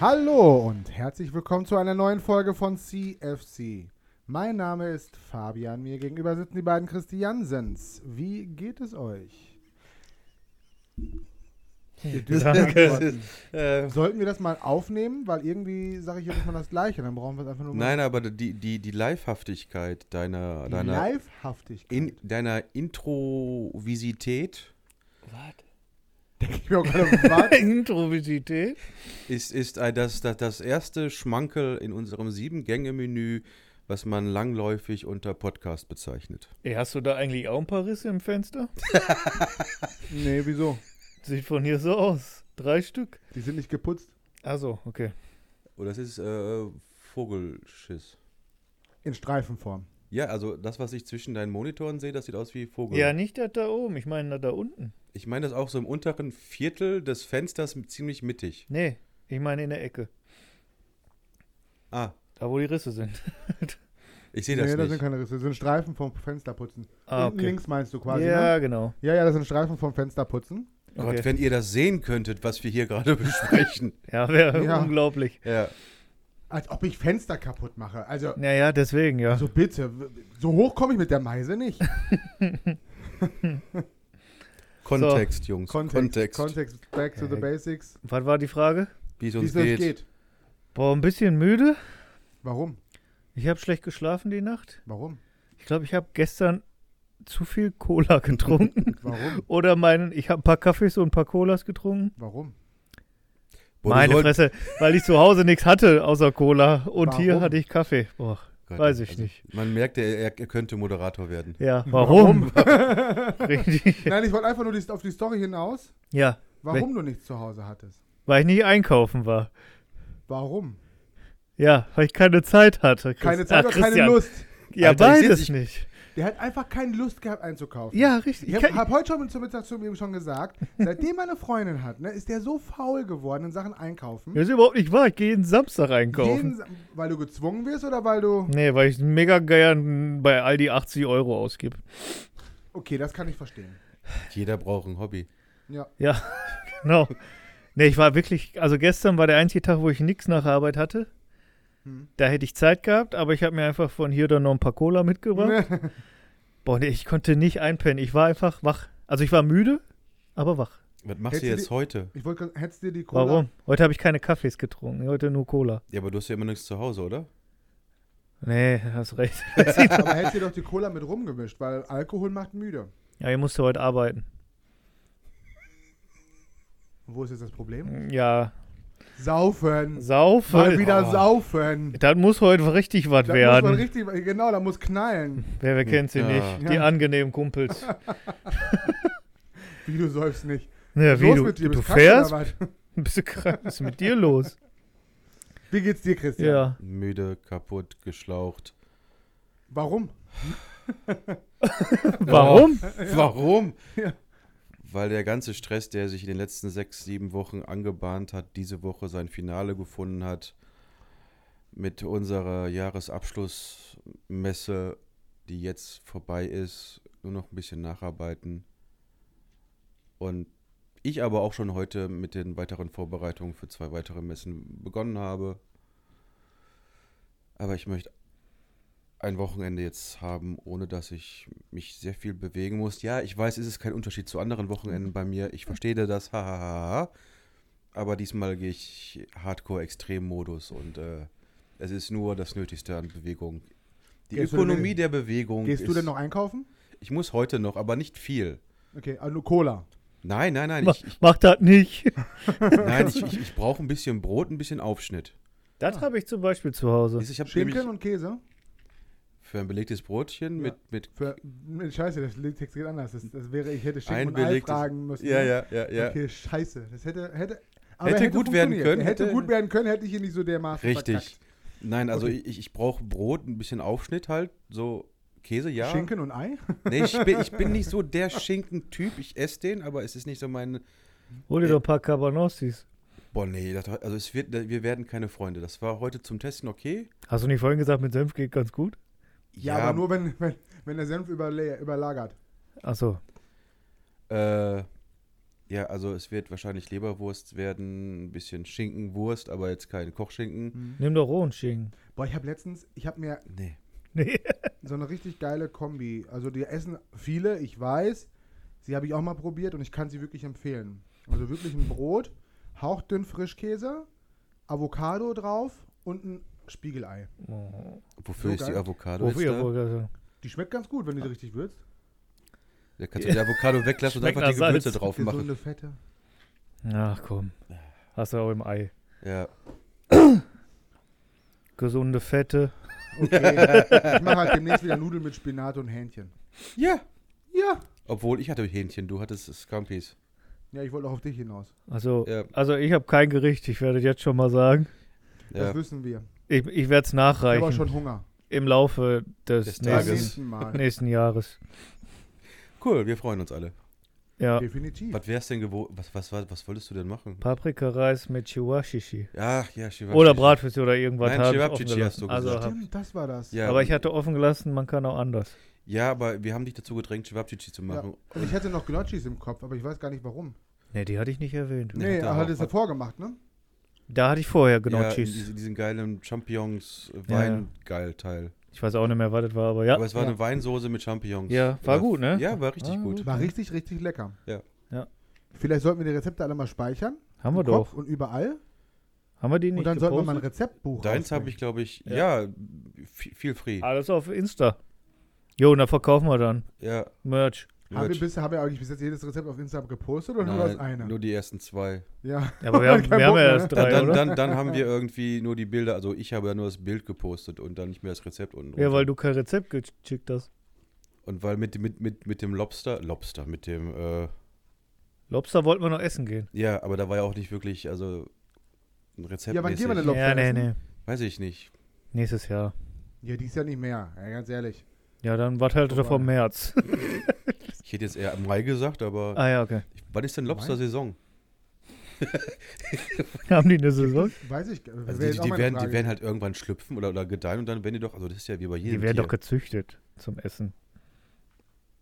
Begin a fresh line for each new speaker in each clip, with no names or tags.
Hallo und herzlich willkommen zu einer neuen Folge von CFC. Mein Name ist Fabian, mir gegenüber sitzen die beiden Christiansens. Wie geht es euch? Ihr dürft antworten.
Äh,
Sollten wir das mal aufnehmen, weil irgendwie sage ich jedes Mal das Gleiche, dann brauchen wir es einfach nur
nein, aber die, die, die Livehaftigkeit deiner,
mit
deiner,
Livehaftigkeit.
in, deiner Introvisität
Was?
Ich bin auch gerade was?
Introvisität?
ist, ist ein- das, das, das erste Schmankel in unserem Sieben-Gänge-Menü, was man langläufig unter Podcast bezeichnet.
Ey, hast du da eigentlich auch ein paar Risse im Fenster?
Nee, wieso?
Sieht von hier so aus. Drei Stück.
Die sind nicht geputzt.
Also, okay.
Und das ist äh, Vogelschiss.
In Streifenform.
Ja, also das, was ich zwischen deinen Monitoren sehe, das sieht aus wie Vogel.
Ja, nicht das da oben. Ich meine das da unten.
Ich meine das auch so im unteren Viertel des Fensters ziemlich mittig.
Nee, ich meine in der Ecke.
Ah,
Da, wo die Risse sind.
ich sehe das
nee, das sind
nicht.
keine Risse, das sind Streifen vom Fensterputzen.
Ah,
Unten
okay.
links meinst du quasi, ne?
ja, genau.
Ja, ja, das sind Streifen vom Fensterputzen.
Okay.
Gott, wenn ihr das sehen könntet, was wir hier gerade besprechen.
Ja, wäre
Ja.
unglaublich.
ja.
Als ob ich Fenster kaputt mache. Also,
Naja, deswegen, ja.
also bitte, w- so hoch komme ich mit der Meise nicht.
Kontext, Jungs.
Kontext.
Kontext.
Kontext, back to the
Okay.
basics.
Was war die Frage?
Wie es
Wie
uns
es euch
geht.
geht.
Boah, ein bisschen müde.
Warum?
Ich habe schlecht geschlafen die Nacht.
Warum?
Ich glaube, ich habe gestern zu viel Cola getrunken.
Warum?
Oder meinen, ich habe ein paar Kaffees und ein paar Colas getrunken.
Warum?
Boah, du
Meine
soll-
Fresse, weil ich zu Hause nichts hatte außer Cola und
Warum?
hier hatte ich Kaffee. Boah,
Gott, also,
weiß ich nicht.
Man merkt, er, er er könnte Moderator werden.
Ja, warum? Richtig.
Nein, ich wollte einfach nur die, auf die Story hinaus,
Ja,
warum du nichts zu Hause hattest.
weil ich nicht einkaufen war.
Warum?
Ja, weil ich keine Zeit hatte. Christ-
Keine Zeit
Ach,
oder keine
ah, Christian.
Lust.
Ja,
Alter, ich
beides
sitz- ich-
nicht.
Der hat einfach keine Lust gehabt einzukaufen.
Ja,
Ich
richtig. Ich
habe
kann,
hab heute schon zum Mittag zu ihm schon gesagt, seitdem meine Freundin hat, ne, ist der so faul geworden in Sachen Einkaufen.
das ist überhaupt nicht wahr. Ich gehe jeden Samstag einkaufen.
Jeden Sa- weil du gezwungen wirst oder weil du.
Nee, weil ich mega geiern bei Aldi 80 Euro ausgib.
Okay, das kann ich verstehen.
Jeder braucht ein Hobby.
Ja.
Ja, genau. Nee, ich war wirklich, also gestern war der einzige Tag, wo ich nichts nach Arbeit hatte.
Hm.
Da hätte ich Zeit gehabt, aber ich habe mir einfach von hier dann noch ein paar Cola
Ne?
mitgebracht. Boah, nee, ich konnte nicht einpennen. Ich war einfach wach. Also ich war müde, aber wach.
Was machst
Hättest
du
du
jetzt
die-
heute?
Ich wollte, grad- hättest dir die Cola.
Warum? Heute habe ich keine Kaffees getrunken, heute nur Cola.
Ja, aber du hast ja immer nichts zu Hause, oder?
Nee, hast recht.
Aber hättest dir doch die Cola mit rumgemischt, weil Alkohol macht müde.
Ja, ich musste heute arbeiten.
Und wo ist jetzt das Problem?
Ja,
Saufen.
saufen.
Mal wieder
Oh.
saufen.
Das muss heute richtig was
Da muss man
werden.
richtig, genau, da muss knallen,
Wer, wer kennt sie
Ja.
nicht? Die
Ja.
angenehmen Kumpels.
wie du säufst nicht.
Ja, wie
Los
du,
mit dir,
du
bist krank oder
fährst?
was?
Bist du krank? Was ist mit dir los?
Wie geht's dir, Christian?
Ja.
Müde, kaputt, geschlaucht.
Warum?
Warum?
Warum?
Ja.
Weil der ganze Stress, der sich in den letzten sechs, sieben Wochen angebahnt hat, diese Woche sein Finale gefunden hat mit unserer Jahresabschlussmesse, die jetzt vorbei ist, nur noch ein bisschen nacharbeiten. Und ich aber auch schon heute mit den weiteren Vorbereitungen für zwei weitere Messen begonnen habe. Aber ich möchte ein Wochenende jetzt haben, ohne dass ich mich sehr viel bewegen muss. Ja, ich weiß, es ist kein Unterschied zu anderen Wochenenden bei mir. Ich verstehe das, hahaha. Aber diesmal gehe ich Hardcore-Extrem-Modus und äh, es ist nur das Nötigste an Bewegung. Die
Gehst du denn-
Ökonomie der Bewegung.
Gehst
ist
du denn noch einkaufen?
ich muss heute noch, aber nicht viel.
Okay, also nur Cola.
Nein, nein, nein.
Ma-
Ich, ich,
Mach das nicht.
nein, ich, ich, ich brauche ein bisschen Brot, ein bisschen Aufschnitt.
Das habe ich zum Beispiel zu Hause.
Ich habe
Schinken
nämlich
und Käse?
für ein belegtes Brotchen
Ja.
mit, mit
Für, nee, scheiße, der Text geht anders. Das, das wäre, ich hätte Schinken
Ein
und Ei
belegtes-
fragen müssen.
Ja, ja, ja, ja.
Okay, scheiße. Das hätte, hätte,
Hätte gut werden
funktioniert.
können,
Hätte,
hätte-
gut werden können, hätte ich ihn nicht so dermaßen
Richtig. Nein, also
Okay.
ich, ich brauche Brot, ein bisschen Aufschnitt halt, so Käse, ja.
verkackt. Schinken und Ei?
Nee, ich, bin, ich bin nicht so der Schinken-Typ. Ich esse den, aber es ist nicht so mein.
Hol
äh.
dir doch ein paar Cabanossis.
Boah, nee, das, also es wird, wir werden keine Freunde. Das war heute zum Testen okay.
Hast du nicht vorhin gesagt, mit Senf geht ganz gut?
Ja, aber nur, wenn, wenn, wenn der Senf überle- überlagert.
Achso.
Äh, Ja, also es wird wahrscheinlich Leberwurst werden, ein bisschen Schinkenwurst, aber jetzt kein Kochschinken.
Nimm doch rohen Schinken.
Boah, ich habe letztens, ich habe mir
Nee.
Nee.
so eine richtig geile Kombi. Also die essen viele, ich weiß. Sie habe ich auch mal probiert und ich kann sie wirklich empfehlen. Also wirklich ein Brot, hauchdünn Frischkäse, Avocado drauf und ein Spiegelei.
Oh.
Wofür
So
ist die
geil.
Avocado
Wofür
jetzt da?
Burger?
Die schmeckt ganz gut, wenn du sie richtig würzt.
Da kannst du die Avocado weglassen und
Schmeckt
einfach die
nach
Gewürze
Salz.
drauf machen.
Gesunde Fette.
Ach komm. Hast du auch im Ei.
Ja.
Gesunde Fette.
Okay. ich mache halt demnächst wieder Nudeln mit Spinat und Hähnchen.
Ja.
Ja.
Obwohl, ich hatte Hähnchen, du hattest Scampis.
Ja, ich wollte auch auf dich hinaus.
Also,
Ja.
also ich habe kein Gericht, ich werde jetzt schon mal sagen.
Ja.
Das wissen wir.
Ich, ich werde es
Ich habe
nachreichen
auch schon Hunger.
im Laufe des,
Des
Beim
Tages.
nächsten,
nächsten Mal.
nächsten Jahres.
Cool, wir freuen uns alle.
Ja.
Definitiv.
Was wär's denn gewohnt? Was, was, was, was wolltest du denn machen?
Paprikareis mit Chihuahua-Shishi.
Ach ja, Shivapchichi.
Oder Bratwürste oder irgendwas.
Nein,
hab ich
Chivapchichi
offen gelassen.
hast du
also,
gesagt.
hab,
Stimmt, das war das.
Ja, ähm,
Aber ich hatte offen gelassen, man kann auch anders.
ja, aber wir haben dich dazu gedrängt, Shivapchichi zu
Ja.
machen.
Und ich hätte noch Gnocchis im Kopf, aber ich weiß gar nicht warum.
Ne, die hatte ich nicht erwähnt.
Nee,
Nee,
hat er
er hat
auch.
es ja vorgemacht, ne?
Da hatte ich vorher genau
ja,
Cheese.
Diese, diesen geilen Champignons
Ja, ja.
Wein geil Teil.
Ich weiß auch nicht mehr, was das war, aber ja.
Aber es war
Ja.
eine Weinsoße mit Champignons.
Ja, war
Aber-
gut, ne?
Ja, war richtig
War
gut.
gut.
War richtig, richtig lecker.
Mhm. Ja.
Ja.
Vielleicht sollten wir die Rezepte alle mal speichern.
haben wir
im Kopf
doch.
Und überall.
Haben wir die nicht
Und dann sollten wir mal ein
gepostet?
Rezeptbuch
Deins habe ich,
rausbringen.
glaube ich, ja,
Ja. Ah.
viel, viel free.
Alles auf Insta. Jo, und da verkaufen wir dann.
Ja,
Merch.
Haben wir,
Merch.
bis, haben wir eigentlich bis jetzt jedes Rezept auf Instagram gepostet oder nur das eine?
nur die ersten zwei.
ja.
Ja, aber wir haben,
Kein
wir haben
Bock
ja
mehr,
erst
ne?
drei,
dann,
oder?
dann, dann haben wir irgendwie nur die Bilder, also ich habe ja nur das Bild gepostet und dann nicht mehr das Rezept unten.
ja,
drunter.
weil du kein Rezept geschickt hast.
und weil mit, mit, mit, mit dem Lobster, Lobster, mit dem, äh,
Lobster wollten wir noch essen gehen.
ja, aber da war ja auch nicht wirklich, also ein Rezept.
Ja, wann gehen wir denn Lobster
ja, nee,
essen?
nee.
Weiß ich nicht.
Nächstes Jahr.
ja, die ist ja nicht mehr. Ja, ganz ehrlich.
Ja, dann was haltet ihr
Vorbei.
vom März?
Ich hätte jetzt eher im Mai gesagt, aber
ah ja, okay.
wann ist denn Lobster-Saison?
Haben die eine Saison?
Weiß ich. gar-
Also
wäre
die,
jetzt
die,
auch meine
werden, die
Frage.
werden halt irgendwann schlüpfen oder, oder gedeihen und dann werden die doch, also das ist ja wie bei jedem
Die werden
Tier.
doch gezüchtet zum Essen.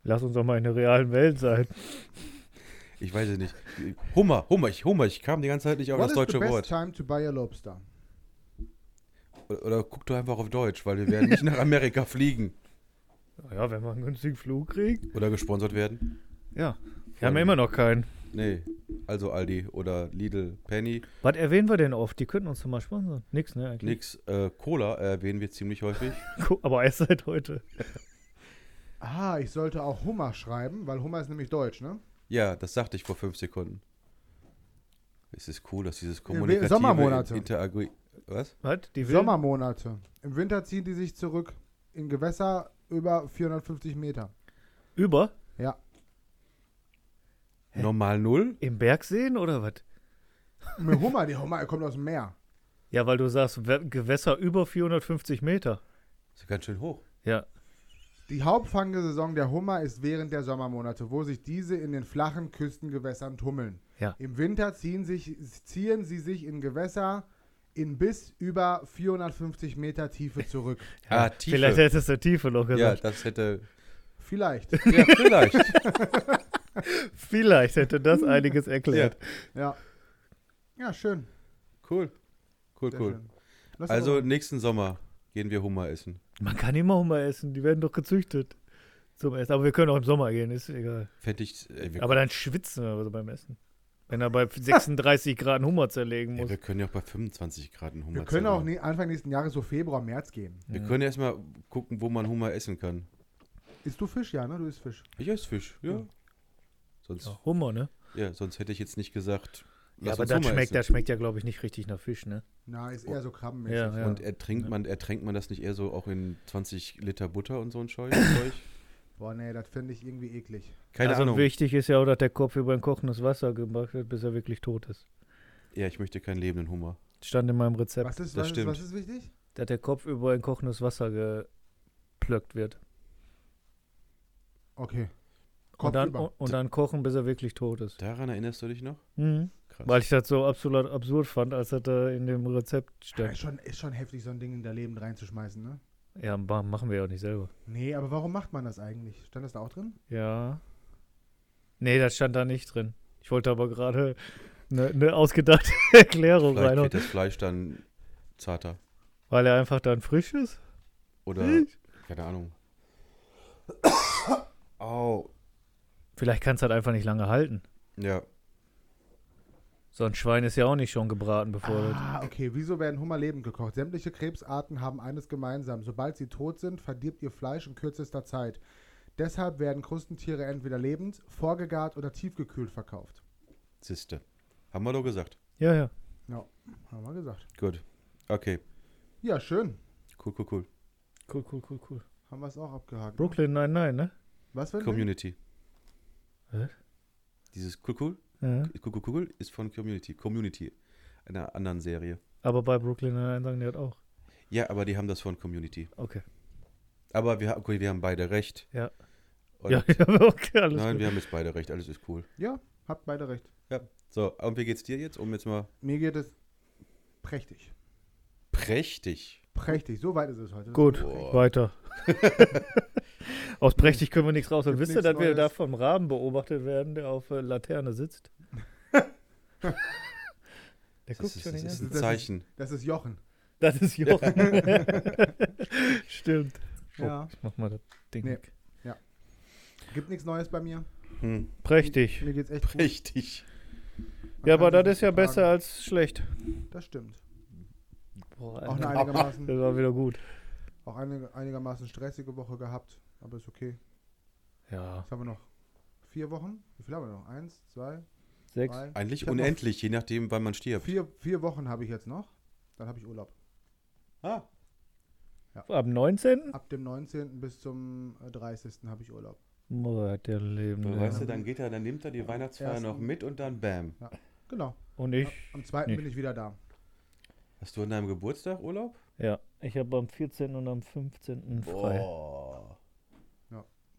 Lass uns doch mal in der realen Welt sein.
ich weiß es nicht. Hummer, Hummer, ich, Hummer, ich kam die ganze Zeit nicht auf
What is
das
the
deutsche
best
Wort.
time to buy a lobster?
Oder, oder guck doch einfach auf Deutsch, weil wir werden nicht nach Amerika fliegen
Ja, wenn wir einen günstigen Flug kriegen.
oder gesponsert werden.
Ja. Wir haben ja immer noch keinen.
Nee, also Aldi oder Lidl, Penny,
Was erwähnen wir denn oft? Die könnten uns doch mal sponsern. Nix, ne? Eigentlich.
nix. Äh, Cola erwähnen wir ziemlich häufig.
Gu- Aber erst seit heute.
Ah, ich sollte auch Hummer schreiben, weil Hummer ist nämlich deutsch, ne?
Ja, das sagte ich vor fünf Sekunden. Es ist cool, dass dieses
wir-
kommunikative
Sommermonate.
Interagri Was?
Was? Die will-
Sommermonate. Im Winter ziehen die sich zurück in Gewässer über 450 Meter.
Über?
Ja.
Normal null?
Im Berg sehen oder was?
Mit Hummer, die Hummer kommt aus dem Meer.
Ja, weil du sagst, We- Gewässer über 450 Meter.
Ist ja ganz schön hoch.
Ja.
Die Hauptfangsaison der Hummer ist während der Sommermonate, wo sich diese in den flachen Küstengewässern tummeln.
Ja.
Im Winter ziehen, sich, ziehen sie sich in Gewässer in bis über 450 Meter Tiefe zurück.
Ah, Tiefe.
Vielleicht hättest du Tiefe noch
ja,
gesagt.
das hätte.
Vielleicht.
Ja, vielleicht.
Vielleicht hätte das einiges erklärt.
Ja. Ja, schön.
Cool. Cool,
Sehr
cool.
schön. Lass
Also
aber-
nächsten Sommer gehen wir Hummer essen.
Man kann immer Hummer essen, die werden doch gezüchtet zum Essen. Aber wir können auch im Sommer gehen, ist egal.
Fände ich. Ey, wir,
Aber dann schwitzen wir also beim Essen. Wenn er bei 36 Grad einen Hummer zerlegen
ey,
muss.
wir können ja auch bei 25 Grad einen Hummer
wir können auch
zerlegen.
nie, Anfang nächsten Jahres so Februar, März gehen.
Wir können erstmal gucken, wo man Hummer essen kann.
Isst du Fisch? Ja, ne? Du isst Fisch.
Ich esse Fisch, ja. Sonst, ja.
Ja, Hummer, ne?
sonst hätte ich jetzt nicht gesagt.
Ja,
lass
aber
uns
das
Hummer
schmeckt, das
essen.
schmeckt ja, glaube ich, nicht richtig nach Fisch, ne?
Na, ist eher so krabbenmäßig.
Ja, ja.
Und ertränkt man, ertränkt man das nicht eher so auch in 20 Liter Butter und so ein Scheu? Zeug?
Boah, nee, das fände ich irgendwie eklig.
Keine
also
Ahnung.
wichtig ist ja auch, dass der Kopf über ein kochendes Wasser gebracht wird, bis er wirklich tot ist.
Ja, ich möchte keinen lebenden Hummer.
Stand in meinem Rezept,
Was ist,
das
was, ist,
stimmt.
was ist wichtig?
dass der Kopf über ein kochendes Wasser geplöckt wird.
Okay. Kopf
Und dann, oh,
über.
und dann kochen, bis er wirklich tot ist.
Daran erinnerst du dich noch?
Mhm.
Krass.
Weil ich das so absolut absurd fand, als das da in dem Rezept
Ja, Ah, ist,
stand.
schon, ist schon heftig, so ein Ding in der Leben reinzuschmeißen, ne?
Ja, ma- machen wir ja auch nicht selber.
Nee, aber warum macht man das eigentlich? Stand das da auch drin?
Ja. Nee, das stand da nicht drin. Ich wollte aber gerade eine, eine ausgedachte Erklärung
Vielleicht wird
reinhauen.
das Fleisch dann zarter.
Weil er einfach dann frisch ist?
Oder, keine Ahnung. Au.
Vielleicht kannst du halt einfach nicht lange halten.
Ja,
So ein Schwein ist ja auch nicht schon gebraten, bevor das.
Ah, okay. Wieso werden Hummer lebend gekocht? Sämtliche Krebsarten haben eines gemeinsam. Sobald sie tot sind, verdirbt ihr Fleisch in kürzester Zeit. Deshalb werden Krustentiere entweder lebend, vorgegart oder tiefgekühlt verkauft.
Siste. Haben wir doch gesagt.
Ja, ja.
Ja, haben wir gesagt.
Gut. Okay.
Ja, schön.
Cool, cool, cool.
Cool, cool, cool, cool.
Haben wir es auch abgehakt.
Brooklyn, nein, nein, ne?
Was für ein Ding?
Community.
Was?
Dieses cool, cool,
Ja.
cool, cool, cool, cool ist von Community. Community. Einer anderen Serie.
Aber bei Brooklyn, nein, nein, sagen die halt auch.
Ja, aber die haben das von Community.
Okay.
Aber wir, ha- okay, wir haben beide recht.
Ja.
Und
ja, ja, okay, alles
Nein,
gut.
wir haben jetzt beide recht. Alles ist cool.
Ja, habt beide recht.
Ja. So, und wie geht's dir jetzt? Um jetzt mal
Mir geht es prächtig.
prächtig.
Prächtig. So weit ist es heute. Das
Gut,
ist
Boah.
weiter. Aus prächtig können wir nichts raushören.
Gibt
Wisst ihr,
nichts
dass wir da
Neues.
vom Raben beobachtet werden, der auf äh, Laterne sitzt? der guckt
Das ist,
schon
das
hin.
ist
ganzen-
ein Zeichen.
Das ist Jochen.
Das ist Jochen. Stimmt. Oh,
Ja.
Ich mach mal das Ding.
Nee.
weg.
Gibt nichts Neues bei mir.
Hm.
Prächtig.
Mir geht's echt gut.
Prächtig.
Man
Ja,
kann
aber
sich
das ist
nicht
ja
beklagen.
besser als schlecht.
Das stimmt.
Boah,
Auch eine
Alter.
einigermaßen,
Das war wieder gut.
auch eine einigermaßen stressige Woche gehabt. Aber ist okay.
Ja.
Was haben wir noch? Vier Wochen? Wie viel haben wir noch? Eins, zwei,
Sechs.
drei. Ich
Eigentlich
hab noch
unendlich, je nachdem, wann man stirbt.
Vier, vier Wochen habe ich jetzt noch. Dann habe ich Urlaub.
Ah.
Ab 19.
Ab dem 19. bis zum äh, 30. habe ich Urlaub.
Boah, der Leben.
Aber
lernen.
Weißt du, dann geht er, dann nimmt er die Weihnachtsfeier
Ersten.
noch mit und dann bam.
Genau.
Und ich?
Am 2.
Nee.
bin ich wieder da.
Hast du an deinem Geburtstag Urlaub?
Ja. Ich habe am 14. und am 15. frei.
Boah.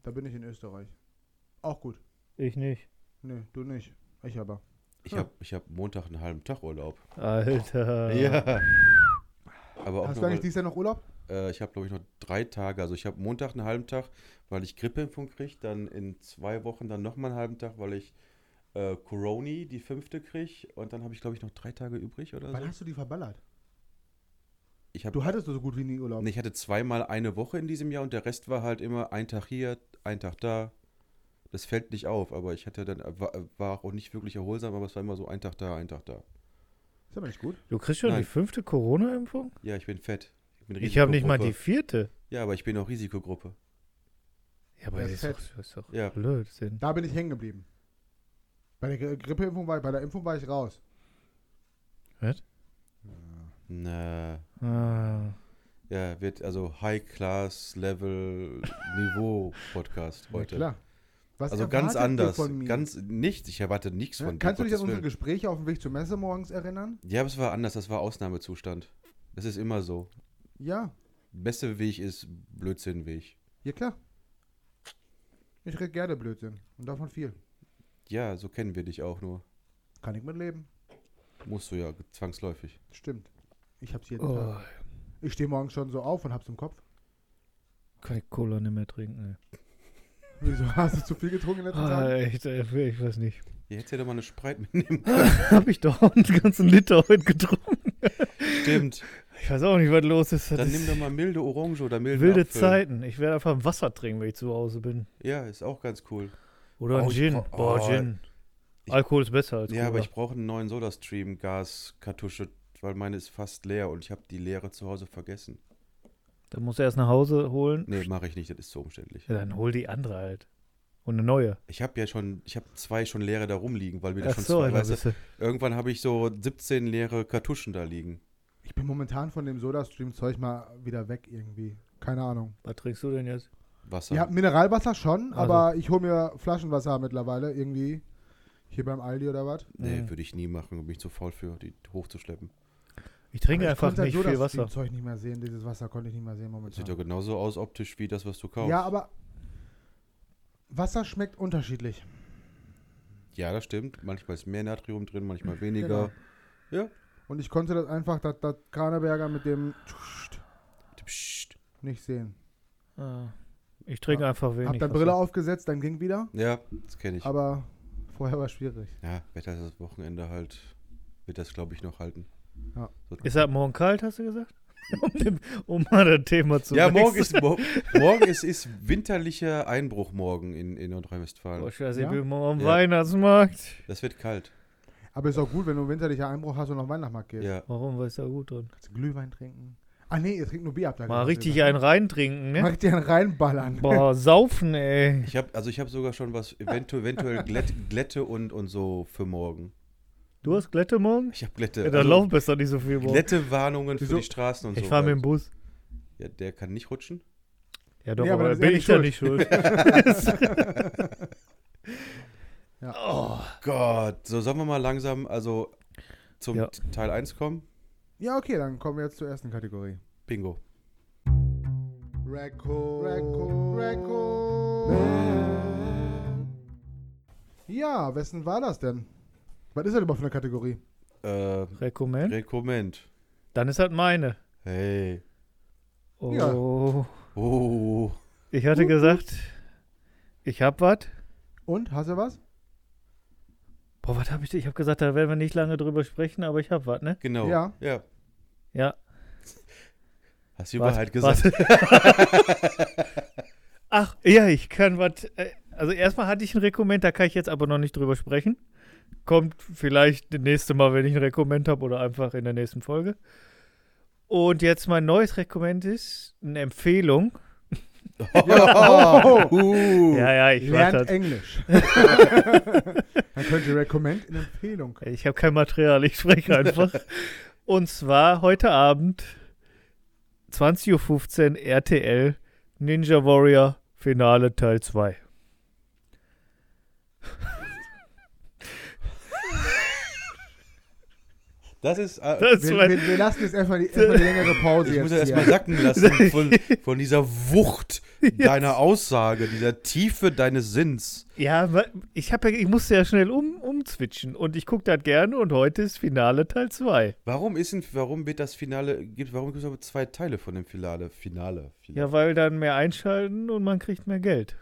Da bin ich in Österreich. Auch gut.
Ich nicht.
Nee, du nicht. Ich aber.
Ich habe ich hab Montag einen halben Tag Urlaub.
Alter.
Aber auch
Hast
noch,
du eigentlich
mal-
dieses Jahr noch Urlaub?
äh, ich habe, glaube ich, noch drei Tage. Also ich habe Montag einen halben Tag, weil ich Grippeimpfung kriege. Dann in zwei Wochen dann nochmal einen halben Tag, weil ich äh, Coroni, die fünfte, kriege. Und dann habe ich, glaube ich, noch drei Tage übrig oder
Wann
so.
hast du die verballert?
Ich habe
Du hattest so gut wie nie Urlaub.
Nee, Ich hatte zweimal eine Woche in diesem Jahr und der Rest war halt immer ein Tag hier, ein Tag da. Das fällt nicht auf, aber ich hatte dann, war, war auch nicht wirklich erholsam, aber es war immer so ein Tag da, ein Tag da.
Ist aber nicht gut.
Du kriegst schon
Nein.
die fünfte Corona-Impfung?
Ja, ich bin fett. Ich, bin
Ich habe nicht mal die
Risikogruppe.
vierte.
Ja, aber ich bin auch Risikogruppe.
Ja, aber
Ja,
das
ist
ist
fett.
doch, ist doch
Ja.
Blödsinn.
Da bin ich hängen geblieben. Bei der Gri- Grippeimpfung war ich, bei der Impfung war ich raus.
Na,
Ah.
ja, wird also High-Class-Level-Niveau-Podcast
Na
heute.
Klar. Was
Also ganz
erwartet ihr
anders.
Von mir?
Ganz nichts. Ich erwarte nichts
ja?
von dir,
Kannst du dich an
Gottes
unsere
Willen.
Gespräche auf dem Weg zur Messe morgens erinnern?
Ja, aber es war anders. Das war Ausnahmezustand. Das ist immer so.
Ja.
Beste Weg ist Blödsinnweg.
Ja, klar. Ich rede gerne Blödsinn. Und davon viel.
Ja, so kennen wir dich auch nur.
Kann ich mitleben.
Musst du ja ge- zwangsläufig.
Stimmt. Ich hab's jeden
Oh,
Tag. Ich stehe morgens schon so auf und hab's im Kopf.
kann ich Cola nicht mehr trinken.
Wieso hast du zu viel getrunken in
Ey.
letzter
Ah,
Zeit?
echt, ey, ich weiß nicht.
Ihr hättet ja doch mal eine Spreit mitnehmen.
Hab ich doch einen ganzen Liter heute getrunken.
Stimmt.
Ich weiß auch nicht, was los ist. Das
Dann
ist
nimm doch mal milde Orange oder milde
wilde
Apfel.
Zeiten. Ich werde einfach Wasser trinken, wenn ich zu Hause bin.
Ja, ist auch ganz cool.
Oder
Oh,
ein
ich
Gin.
brauch-
Boah,
oh,
Gin.
ich-
Alkohol ist besser als
ja, aber
Cola.
ich brauche einen neuen SodaStream Gaskartusche, weil meine ist fast leer und ich habe die leere zu Hause vergessen.
Dann musst du erst nach Hause holen.
Nee, mache ich nicht, das ist zu umständlich.
Ja, dann hol die andere halt. Und eine neue.
Ich habe ja schon, ich habe zwei schon leere da rumliegen, weil mir da
Ach
schon
so,
zwei,
Alter,
weißt du,
bist du.
irgendwann habe ich so 17 leere Kartuschen da liegen.
Ich bin momentan von dem Soda-Stream-Zeug mal wieder weg irgendwie. Keine Ahnung.
Was trinkst du denn jetzt?
Wasser.
Ja, Mineralwasser schon,
Also.
aber ich hole mir Flaschenwasser mittlerweile irgendwie. Hier beim Aldi oder was?
nee,
Mhm.
würde ich nie machen, bin ich zu faul für, die hochzuschleppen.
Ich trinke einfach
konnte halt das
nicht viel Wasser.
Soda-Stream-Zeug nicht mehr sehen. Dieses Wasser konnte ich nicht mehr sehen
Sieht ja
momentan.
genauso aus optisch wie das, was du kaufst.
Ja, aber Wasser schmeckt unterschiedlich.
Ja, das stimmt. Manchmal ist mehr Natrium drin, manchmal weniger. Ja.
Und ich konnte das einfach, das, das Kraneberger mit dem
Genau.
Psst.
nicht sehen.
Ah, Ich trinke einfach wenig.
Hab dann
Wasser.
Brille aufgesetzt, dann ging wieder.
Ja, das kenne ich.
Aber Vorher war schwierig.
Ja, Wetter ist das Wochenende halt, wird das, glaube ich, noch halten.
Ja.
So-
Ist halt morgen kalt, hast du gesagt? Um, dem, um mal das Thema zu
ja,
wechseln.
morgen ist, mo morgen ist, ist winterlicher Einbruch morgen in, in
Boah,
Nordrhein-Westfalen.
Oh, scheiße,
Ja?
ich bin morgen am
Ja.
Weihnachtsmarkt.
Das wird kalt.
Aber ist auch gut, wenn du winterlicher Einbruch hast und noch Weihnachtsmarkt gehst.
Ja.
Warum, was ist da gut drin?
Kannst du Glühwein trinken. Ah nee, ihr trinkt nur Bier ab da.
Mal richtig einen reintrinken,
ne? genau, Mal
ne?
richtig einen reinballern.
Boah, saufen, ey.
Ich habe also ich habe sogar schon was eventu eventuell Glätt, Glätte und, und so für morgen.
Du hast Glätte morgen?
Ich habe Glätte.
Ja, dann
also
lauf besser nicht so viel morgen.
Glättewarnungen für
Wieso?
die Straßen und
Ich
so.
fahre mit dem
weiter.
Bus.
ja, der kann nicht rutschen.
Ja, doch,
Nee, aber
aber,
dann ist er
bin
nicht
ich ja
schuld.
nicht schuld.
Oh Gott, so sollen wir mal langsam also zum
Ja.
T- Teil 1 kommen?
Ja, okay, dann kommen wir jetzt zur ersten Kategorie.
Bingo.
Reco. Reco. Reco. Ja, wessen war das denn? Was ist das überhaupt für eine Kategorie?
Äh,
Rekommend?
Rekommend.
Dann ist halt meine.
Hey.
Oh.
Ja.
Oh.
Ich hatte gesagt, ich hab was.
Und, hast du was?
Boah, was hab ich denn? Ich hab gesagt, da werden wir nicht lange drüber sprechen, aber ich hab was, ne?
Genau.
Ja.
ja.
Ja.
Hast du
Warte,
Wahrheit gesagt?
warte. Ach, ja, ich kann was. äh, Also erstmal hatte ich ein Rekomment, da kann ich jetzt aber noch nicht drüber sprechen. Kommt vielleicht das nächste Mal, wenn ich ein Rekomment habe oder einfach in der nächsten Folge. Und jetzt mein neues Rekomment ist eine Empfehlung.
Ja.
Uh.
ja, ja, ich
Lernt
warte. halt
Englisch. dann könnt ihr Recommend in Empfehlung.
Ich habe kein Material, ich spreche einfach. Und zwar heute Abend 20.15 Uhr RTL Ninja Warrior Finale Teil 2.
Das ist. Äh,
Das ist
Wir,
mein,
wir, wir lassen jetzt erstmal die, erstmal die längere Pause
ich
jetzt
muss ja
hier.
erstmal sacken lassen von, von dieser Wucht deiner Aussage, dieser Tiefe deines Sinns.
ja, wa- ich, hab ja, ich musste ja schnell um, umzwitschen und ich gucke das gerne und heute ist Finale Teil 2.
Warum ist denn, warum wird das Finale, gibt, warum gibt es aber zwei Teile von dem Finale? Finale. Finale.
Ja, weil dann mehr einschalten und man kriegt mehr Geld.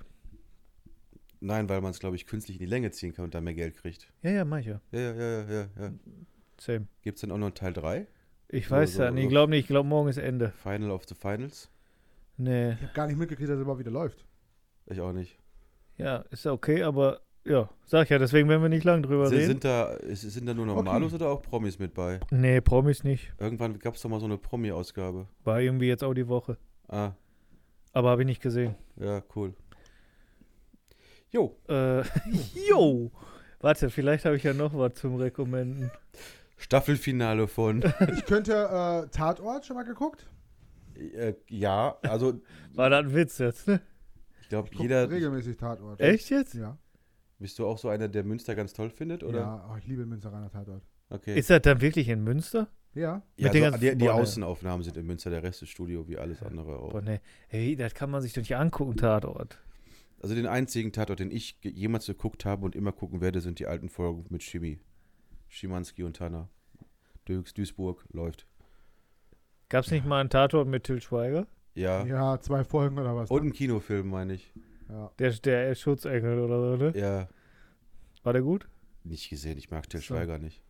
Nein, weil man es, glaube ich, künstlich in die Länge ziehen kann und dann mehr Geld kriegt.
Ja, ja, mach ich ja.
Ja, ja, ja, ja, ja.
Same.
Gibt es denn auch noch einen Teil 3?
Ich weiß
So, so,
ja nicht,
so.
ich glaube nicht, ich glaube morgen ist Ende.
Final of the Finals?
Nee,
Ich habe gar nicht mitgekriegt, dass es überhaupt wieder läuft.
Ich auch nicht.
ja, ist ja okay, aber ja, sag ich ja, deswegen werden wir nicht lang drüber
Sind,
reden.
sind, da, ist- sind da nur Normalos oder auch Promis mit bei?
Nee, Promis nicht.
Irgendwann gab es doch mal so eine Promi-Ausgabe.
War irgendwie jetzt auch die Woche.
Ah,
Aber habe ich nicht gesehen.
ja, cool. Jo,
Äh, jo! Warte, vielleicht habe ich ja noch was zum Rekommenden.
Staffelfinale von.
Ich könnte äh, Tatort schon mal geguckt.
äh, ja, also
War das ein Witz jetzt, ne?
ich glaube,
Ich guck
jeder.
regelmäßig Tatort.
Echt jetzt?
Ja.
Bist du auch so einer, der Münster ganz toll findet? Oder?
Ja, oh, ich liebe Münsteraner Tatort.
Okay.
Ist das dann wirklich in Münster?
Ja.
ja,
mit den
so,
ganzen-
die, die
Boah, ne.
Außenaufnahmen sind in Münster, der Rest ist Studio, wie alles andere auch.
Boah, nee. Hey, das kann man sich doch nicht angucken, Tatort.
Also den einzigen Tatort, den ich ge- jemals geguckt habe und immer gucken werde, sind die alten Folgen mit Schimi. Schimanski und Tanner. Döks, Duisburg, läuft.
Gab's nicht mal einen Tatort mit Till Schweiger?
Ja.
Ja, zwei Folgen oder was. ne?
Und ein Kinofilm, meine ich.
Ja.
Der, der Schutzengel oder so, ne?
Ja,
War der gut?
nicht gesehen. Ich mag Till
So.
Schweiger nicht.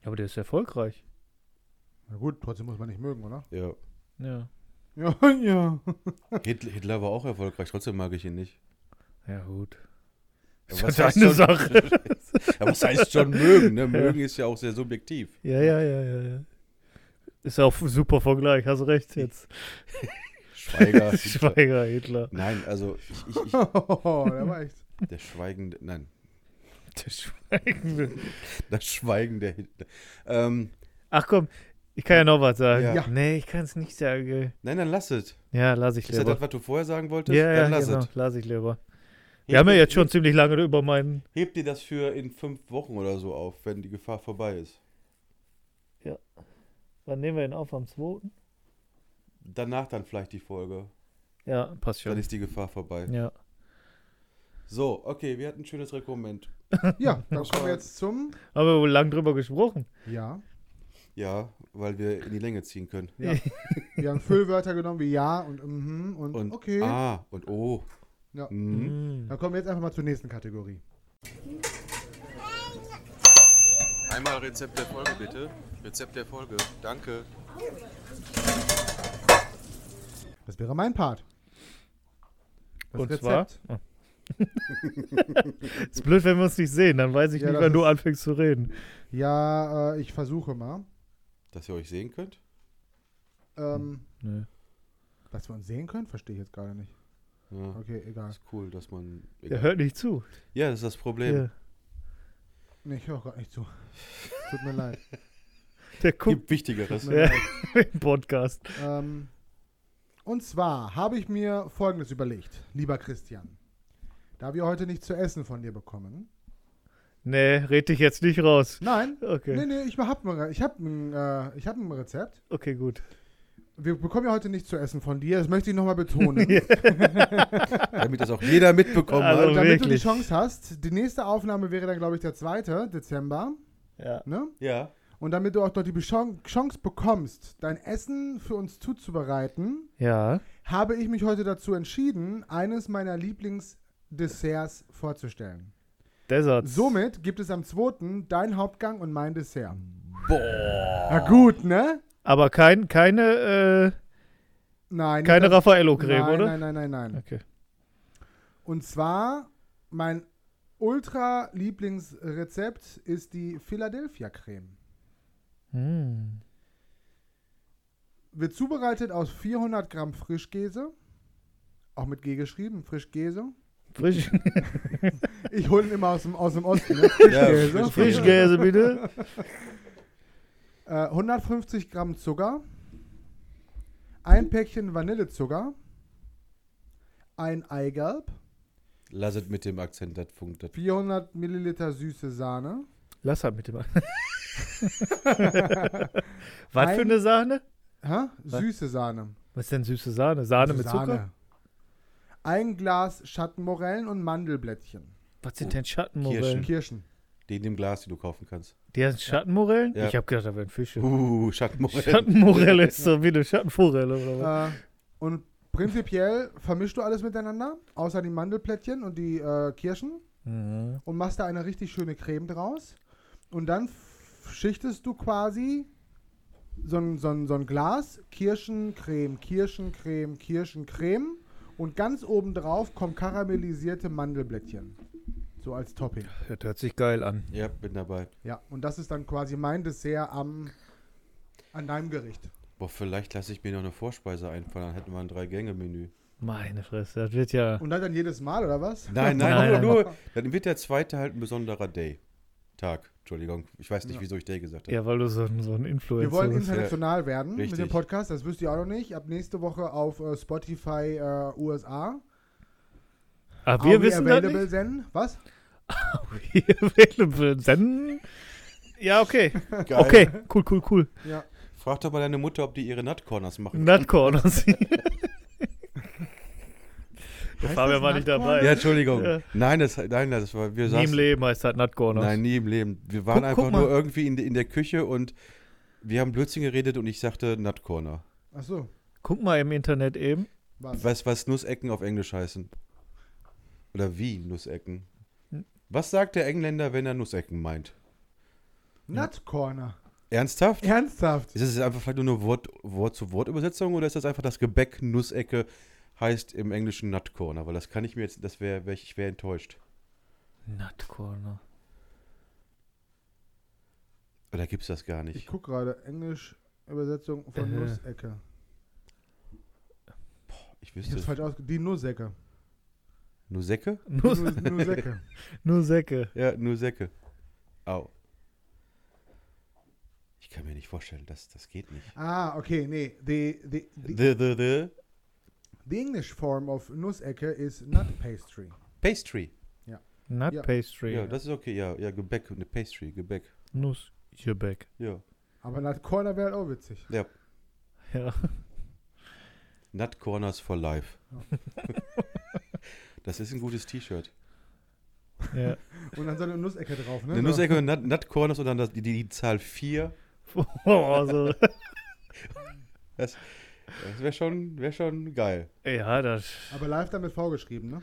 Ja, aber der ist erfolgreich.
Na gut, trotzdem muss man nicht mögen, oder?
Ja.
Ja.
Ja, ja.
Hitler, Hitler war auch erfolgreich, trotzdem mag ich ihn nicht.
Ja, gut.
Ja,
Ist
was
ja
heißt
deine
schon-
Sache.
Aber was heißt schon mögen? Ne? Mögen ist ja auch sehr subjektiv.
Ja, ja, ja, ja, ja. Ist auch ein super Vergleich, hast recht jetzt.
Schweiger. Hitler.
Schweiger, Hitler.
Nein, also ich, ich, ich,
Oh, der war echt.
der schweigende, nein,
Der Schweigende.
das Schweigen der Hitler. Ähm,
Ach komm, ich kann ja noch was sagen.
Ja.
Nee, ich kann es nicht sagen.
nein, dann lass es.
Ja, lass ich
Ist das das,
lieber.
was du vorher sagen wolltest?
Ja, ja,
dann lass
genau,
es.
lass ich lieber. Wir
Heb
haben ja
dir-
jetzt schon ziemlich lange über meinen.
Heb dir das für in fünf Wochen oder so auf, wenn die Gefahr vorbei ist.
Wann nehmen wir ihn auf? Am 2.?
Danach dann vielleicht die Folge.
Ja, passt
Dann
schon.
ist die Gefahr vorbei.
Ja.
So, okay, wir hatten ein schönes Rekomment.
Ja, dann kommen wir jetzt zum.
Haben wir wohl lang drüber gesprochen.
Ja.
Ja, weil wir in die Länge ziehen können.
ja. Wir haben Füllwörter genommen wie ja und mhm und,
Und
okay.
Ah und oh.
Ja.
Mhm.
Dann kommen wir jetzt einfach mal zur nächsten Kategorie.
Einmal Rezept der Folge, bitte. Rezept der Folge. Danke.
Das wäre mein Part. Das
Und zwar.
Rezept.
Ah. ist blöd, wenn wir uns nicht sehen, dann weiß ich
Ja,
nicht,
das
wann du
ist-
anfängst zu reden.
Ja, äh, ich versuche mal,
Dass ihr euch sehen könnt?
ähm,
Nee.
dass wir uns sehen können, verstehe ich jetzt gerade nicht.
Ja.
Okay, egal.
Ist cool, dass man.
Er
Egal.
hört nicht zu.
Ja, das ist das Problem.
Der,
Nee, ich höre gerade nicht zu. Tut mir leid.
der guckt
Gibt Wichtigeres.
ja, im Podcast.
Ähm, und zwar habe ich mir Folgendes überlegt, lieber Christian. Da wir heute nichts zu essen von dir bekommen.
Nee, red dich jetzt nicht raus.
Nein,
Okay,
nee, nee, ich habe ich hab ein, äh, ich hab ein Rezept.
okay, gut.
Wir bekommen ja heute nichts zu essen von dir, das möchte ich nochmal betonen.
Damit das auch jeder mitbekommen
Also-
hat.
Damit du die
wirklich.
Chance hast. Die nächste Aufnahme wäre dann, glaube ich, der 2. Dezember.
Ja.
Ne?
Ja.
Und damit du auch noch die Beschon- Chance bekommst, dein Essen für uns zuzubereiten,
Ja.
habe ich mich heute dazu entschieden, eines meiner Lieblingsdesserts vorzustellen.
Desert.
Somit gibt es am 2. dein Hauptgang und mein Dessert.
Boah.
Na gut, ne?
Aber kein, keine,
Nein.
äh,
nicht
keine
das-
Raffaello-Creme,
nein,
oder?
Nein, nein, nein, nein.
Okay.
Und zwar, mein Ultra-Lieblingsrezept ist die Philadelphia-Creme.
Hm.
Wird zubereitet aus 400 Gramm Frischkäse. Auch mit G geschrieben, Frischkäse.
Frisch,
Ich hole ihn immer aus dem, aus dem Osten. Ne? Frischkäse.
Ja,
Frischkäse, bitte.
Äh, 150 Gramm Zucker, ein Päckchen Vanillezucker, ein Eigelb,
Lass es mit dem Akzent, das funkt. Das
400 Milliliter süße Sahne,
Lass halt mit dem. Was für eine Sahne?
Hä?
Was?
süße Sahne.
Was ist denn süße Sahne? Sahne mit Zucker?
Ein Glas Schattenmorellen und Mandelblättchen.
Was sind denn Schattenmorellen?
Kirschen.
den im Glas, den du kaufen kannst.
Die heißen Schattenmorellen?
Ja.
Ich hab gedacht, da wären Fische.
Uh, Schattenmorell.
Schattenmorelle ist so wie eine Schattenforelle oder was?
Äh, und prinzipiell vermischst du alles miteinander, außer die Mandelblättchen und die äh, Kirschen.
Mhm.
und machst da eine richtig schöne Creme draus. Und dann f- schichtest du quasi so ein, so ein, so ein Glas Kirschencreme, Kirschencreme, Kirschencreme. Und ganz oben drauf kommen karamellisierte Mandelblättchen. So als Topping.
Das hört sich geil an.
ja, bin dabei.
Ja, und das ist dann quasi mein Dessert am, an deinem Gericht.
Boah, vielleicht lasse ich mir noch eine Vorspeise einfallen, dann hätten wir ein Drei-Gänge-Menü.
Meine Fresse, das wird ja.
Und das dann jedes Mal, oder was?
Nein, nein,
Nein,
nur,
nein.
nur. Dann wird der zweite halt ein besonderer Day. Tag, Entschuldigung. Ich weiß nicht, wieso ich Day gesagt habe.
Ja, weil du so ein, so ein
Wir
Influencer
wollen
bist.
international werden mit dem
Richtig.
Podcast, das wisst ihr auch noch nicht. Ab nächste Woche auf äh, Spotify äh, USA.
Aber Ah, wir
Are we
wissen das
available
nicht.
then? Was?
available then. Ja, okay.
Geil.
Okay, cool, cool, cool.
Ja.
Frag doch mal deine Mutter, ob die ihre Nut Corners machen.
Nut Corners. Der
Heißt
Fabian
das
war nicht
Nut
dabei.
Ja, Entschuldigung.
Ja.
Nein, das, nein, das war, wir
Nie im
saßen.
Leben heißt halt das Nut Corners.
Nein, nie im Leben. Wir waren
Guck-
einfach
guck mal.
nur irgendwie in, de- in der Küche und wir haben Blödsinn geredet und ich sagte Nut Corner.
Ach so,
Guck mal im Internet eben.
was?
Was, was Nussecken auf Englisch heißen? Oder wie Nussecken?
Hm.
Was sagt der Engländer, wenn er Nussecken meint?
Nut Corner.
Ernsthaft?
Ernsthaft?
Ist das einfach vielleicht nur eine Wort- Wort-zu-Wort-Übersetzung oder ist das einfach das Gebäck Nussecke heißt im Englischen Nut Corner? Weil das kann ich mir jetzt, das wäre, wär, ich wäre enttäuscht.
Nut Corner.
Oder gibt's das gar
Ich
nicht?
guck gerade Englisch Übersetzung von
Äh.
Nussecke.
Ich
Ich
wüsste
hab's
es.
falsch ausge... Die Nussecke.
Nussecke?
Nuss
Nur,
Nussecke.
nur Säcke.
Ja, Nussecke. Au. Ich kann mir nicht vorstellen, das, das geht nicht.
Ah, okay, nee. The, the, the,
The, the, the
the English form of Nussecke is Nut Pastry.
Pastry.
Nut
Ja.
Pastry.
Ja, das ist okay. Ja, ja, Gebäck, eine Pastry, Gebäck.
Nuss. Gebäck.
Ja.
Aber Nut Corner wäre halt auch witzig.
Ja.
Ja.
Nut Corners for Life. das ist ein gutes T-Shirt.
ja.
Und dann so eine Nussecke drauf, ne?
Eine Nussecke und Nut, Nut Corners und dann das, die, die Zahl 4.
Oh, so.
Das wäre schon, wär schon geil.
Ja, das.
Aber live dann mit V geschrieben, ne?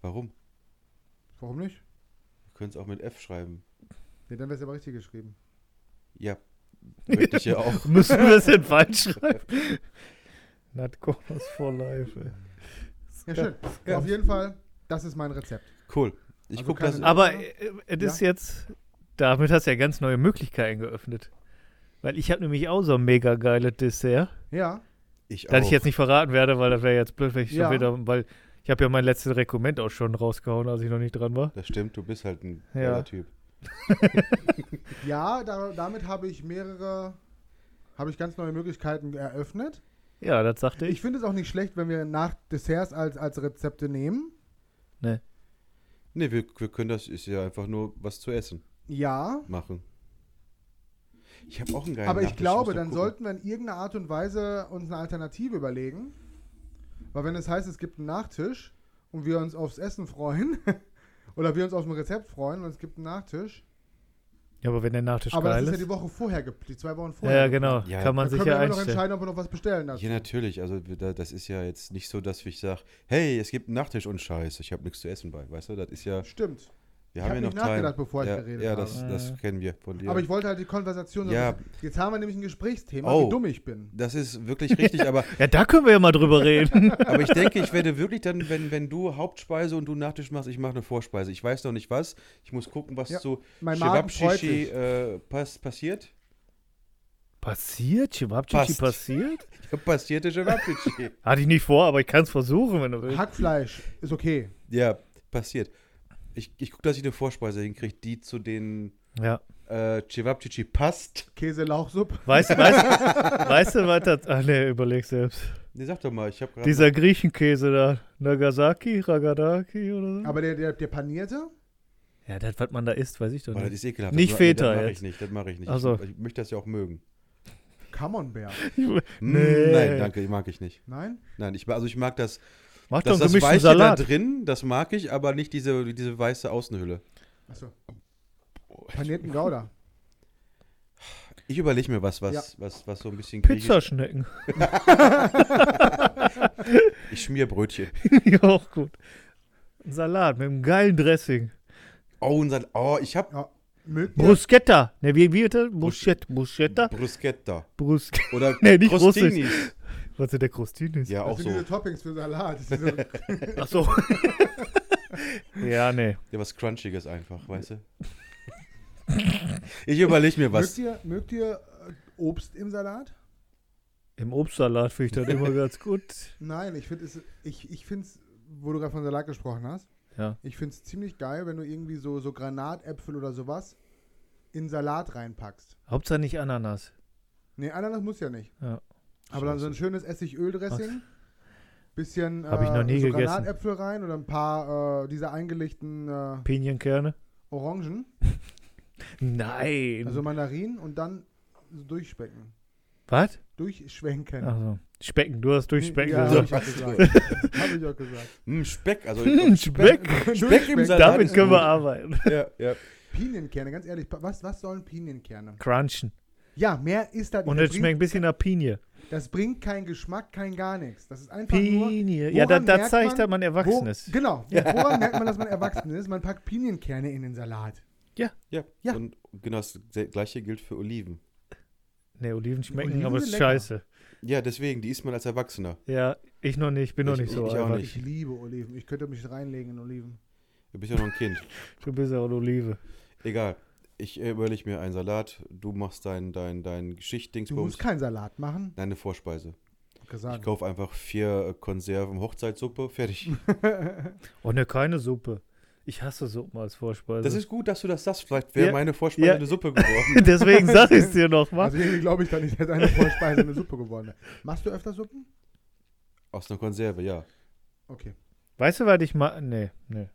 Warum?
Warum nicht?
könntest auch mit F schreiben.
Nee, dann wäre es aber richtig geschrieben.
Ja, möchte ich ja auch.
Müssen wir das denn falsch schreiben? Not Corners for Life. ey.
Ja, schön. Auf jeden Fall, das ist mein Rezept.
Cool. Ich
Also
gucke
keine-
das.
Aber äh, es ist jetzt, damit hast du ja ganz neue Möglichkeiten geöffnet. Weil ich habe nämlich auch so ein mega geiles Dessert,
Ja,
Ich
das
auch.
ich jetzt nicht verraten werde, weil das wäre jetzt blöd, wenn ich
Oh. Ja.
schon wieder, weil ich habe ja mein letztes Rekomment auch schon rausgehauen, als ich noch nicht dran war.
Das stimmt, du bist halt ein
Ja.
geiler Typ.
ja da, damit habe ich mehrere, habe ich ganz neue Möglichkeiten eröffnet.
Ja, das sagte
Ich
ich.
finde es auch nicht schlecht, wenn wir nach Desserts als, als Rezepte nehmen.
Ne.
Nee, wir, wir können das, ist ja einfach nur was zu essen
Ja,
machen. Ich habe auch einen geilen
aber ich
Nachtisch,
glaube,
muss noch
dann
gucken.
sollten wir in irgendeiner Art und Weise uns eine Alternative überlegen. Weil wenn es heißt, es gibt einen Nachtisch und wir uns aufs Essen freuen oder wir uns auf ein Rezept freuen und es gibt einen Nachtisch,
Ja, aber wenn der Nachtisch
aber das
geil
ist ja
ist.
die Woche vorher, gepl- die zwei Wochen
Ja,
vorher.
genau.
Ja.
Kann man
Dann
sich
können
ja
wir immer noch
einstellen.
entscheiden, ob wir noch was bestellen dazu.
Ja, natürlich. Also wir- da- das ist ja jetzt nicht so, dass ich sage, hey, es gibt einen Nachtisch und Scheiße, ich habe nichts zu essen bei. Weißt du, das ist ja,
Stimmt. Ich
wir haben
hab
ja
nicht
noch Zeit.
nachgedacht, bevor ich
ja,
geredet
Ja,
habe.
das, das kennen wir von dir.
Aber ich wollte halt die Konversation so
Ja.
ein bisschen- Jetzt haben wir nämlich ein Gesprächsthema,
Oh.
wie dumm ich bin.
das ist wirklich richtig, aber,
Ja, da können wir ja mal drüber reden.
aber ich denke, ich werde wirklich dann, wenn, wenn du Hauptspeise und du Nachtisch machst, ich mache eine Vorspeise. Ich weiß noch nicht was. Ich muss gucken, was
Ja,
so
mein Magen freut
Shivab-Shishi,
sich.
äh, pass, passiert.
passiert? Chibabchichi
Passt.
passiert?
Passierte Shivab-Shishi.
Hatte ich nicht vor, aber ich kann es versuchen, wenn du
äh,
willst.
Hackfleisch ist okay.
ja, passiert. Ich, ich gucke, dass ich eine Vorspeise hinkriege, die zu den
Ja.
äh, Chivapchichi passt.
Käse, Lauchsuppe.
Weißt, du- weißt, du- weißt du, was das. Ach nee, überleg selbst.
Nee, sag doch mal, ich habe gerade
Dieser Griechenkäse da. Nagasaki, Ragadaki oder so.
Aber der, der, der panierte?
Ja, das, was man da isst, weiß ich doch
Boah, Oh, das
nicht.
ist ekelhaft.
Nicht
das,
Feta
Das mache ich
jetzt.
nicht, das mache ich nicht.
Ach so.
Ich, ich möchte das ja auch mögen.
Camembert.
Mm,
Nee.
Nein, danke, ich mag ich nicht.
Nein?
Nein, ich, also ich mag das,
Mach
das,
doch einen
das
gemischten
Weiche da
Salat.
drin, das mag ich, aber nicht diese, diese weiße Außenhülle.
Achso. Panierten Gouda.
Ich überlege mir was, was,
Ja.
was, was so ein bisschen griechisch-
Pizzaschnecken.
Ich schmier Brötchen.
ja, auch gut. Ein Salat mit einem geilen Dressing.
Oh, und Sal oh ich habe
Ja. Mögt ihr?
Bruschetta. Ne, wie, wie bitte? Bruschetta. Bruschetta?
Bruschetta.
Brus
Oder
Nee, nicht
Crostinis.
Was ist der Crostinis?
Ja,
Das
auch
sind
so.
diese Toppings für Salat. Das ist so-
Ach so. ja, nee.
Ja, was Crunchiges einfach, weißt du? Ich überlege mir
mögt
was.
ihr, mögt ihr äh, Obst im Salat?
Im Obstsalat finde ich das immer ganz gut.
Nein, ich finde es, ich, ich find's, wo du gerade von Salat gesprochen hast,
Ja.
ich finde es ziemlich geil, wenn du irgendwie so, so Granatäpfel oder sowas in Salat reinpackst.
Hauptsache nicht Ananas.
Nee, Ananas muss ja nicht.
Ja.
Aber dann so ein schönes Essigöl-Dressing. Bisschen äh,
Hab ich noch nie
so
gegessen.
Granatäpfel rein oder ein paar äh, dieser eingelegten äh,
Pinienkerne?
Orangen,
Nein.
also Mandarinen und dann so durchspecken.
Was?
Durchschwenken.
Ach so. Specken, du hast durch Specken
Ja,
gesagt.
habe ich auch gesagt. hab ich auch gesagt.
Hm, Speck, also
Hm, Speck.
Speck im Salat.
Damit
ist
können wir
gut.
arbeiten.
Ja, ja.
Pinienkerne, ganz ehrlich, was, was sollen Pinienkerne?
Crunchen.
Ja, mehr ist das
Und
nicht.
es
Das
schmeckt ein bisschen nach Pinie.
bringt, das bringt keinen Geschmack, kein gar nichts. Das ist einfach nur...
Pinie. Ja, da,
Woran
da
merkt
zeigt,
man,
dass man erwachsen
wo,
ist.
Genau. Woran merkt man, dass man erwachsen ist? Man packt Pinienkerne in den Salat.
Ja.
Ja.
Und genau das se- gleiche gilt für Oliven.
Ne, Oliven schmecken,
Oliven
aber
sind
ist
lecker.
scheiße.
Ja, deswegen, die isst man als Erwachsener.
Ja, ich noch nicht, bin noch
Ich-
nicht so
ich auch
einfach.
nicht.
Ich liebe Oliven. Ich könnte mich reinlegen in Oliven.
Du bist ja noch ein Kind.
Du bist ja auch eine Olive.
Egal. Ich äh, überlege mir einen Salat, du machst dein, dein, dein
Du
Geschichtdingsbums.
musst keinen Salat machen.
Nein, eine Vorspeise. Ich
Gesagt.
kaufe einfach vier äh, Konserven Hochzeitssuppe, fertig.
Oh ne, keine Suppe. Ich hasse Suppen als Vorspeise.
Also
Das ist gut, dass du das sagst. Vielleicht wäre
Ja,
meine Vorspeise
ja.
eine Suppe geworden.
Deswegen sag ich es dir nochmal.
Also irgendwie glaube ich da nicht, dass eine Vorspeise eine Suppe geworden wäre. Machst du öfter Suppen?
Aus einer Konserve, ja.
Okay.
Weißt du, was ich mal. Nee, nee.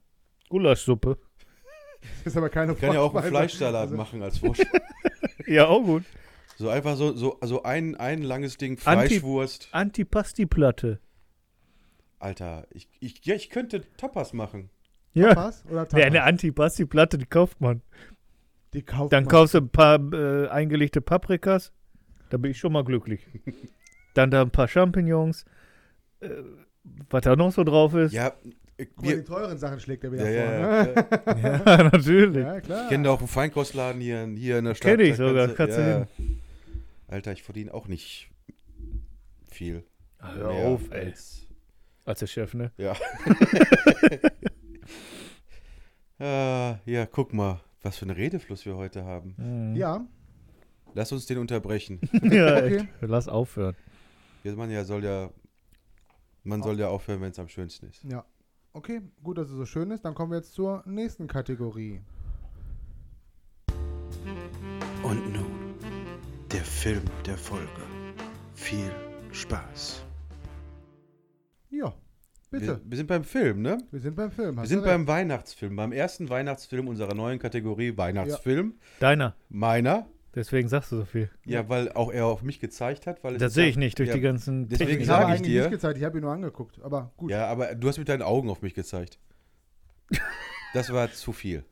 Gulaschsuppe.
Das ist aber keine
Ich kann ja auch einen
Vorspeise.
Fleischsalat
Also,
machen als Vorspeise.
Ja, auch gut.
So einfach so, so, so ein, ein langes Ding,
Anti-
Fleischwurst.
Antipasti-Platte.
Alter, ich, ich, ja, ich könnte Tapas machen.
Ja.
Tapas oder Tapas?
Nee,
ne,
eine Antipasti-Platte, die kauft man.
Die kauft
Dann
man.
kaufst du ein paar äh, eingelegte Paprikas. Da bin ich schon mal glücklich. Dann da ein paar Champignons. Äh, was da noch so drauf ist.
Ja,
Guck mal,
wir,
die teuren Sachen schlägt er wieder
ja,
vor.
ja,
ne?
ja, ja.
Ja, natürlich.
ja klar.
Kennt ihr auch einen Feinkostladen hier, hier in der Stadt?
Kenn ich
Da
sogar,
kannst du-
kannst
Alter, ich verdiene auch nicht viel.
Hör
mehr
auf, ey.
Als,
Als der Chef, ne?
ja. Ah, ja, guck mal, was für einen Redefluss wir heute haben.
Mhm.
Ja,
Lass uns den unterbrechen.
ja
Okay.
echt. Lass aufhören.
Ja, Man ja soll ja, man soll ja aufhören, wenn es am schönsten ist.
ja. Okay, gut, dass es so schön ist. Dann kommen wir jetzt zur nächsten Kategorie.
Und nun der Film der Folge. Viel Spaß.
Ja, bitte.
Wir, wir sind beim Film, ne?
Wir, sind beim Film.
Wir
hast
sind
du recht.
beim Weihnachtsfilm, beim ersten Weihnachtsfilm unserer neuen Kategorie Weihnachtsfilm.
Deiner.
Meiner.
Deswegen sagst du so viel.
Ja, weil auch er auf mich gezeigt hat, weil es
Das
ist
sehe
ja-
ich nicht durch
ja,
die ganzen
deswegen
Ich
Technik.
sag
habe
ich
eigentlich
dir.
nicht gezeigt, ich habe ihn nur angeguckt. Aber gut.
Ja, aber du hast mit deinen Augen auf mich gezeigt. Das war zu viel.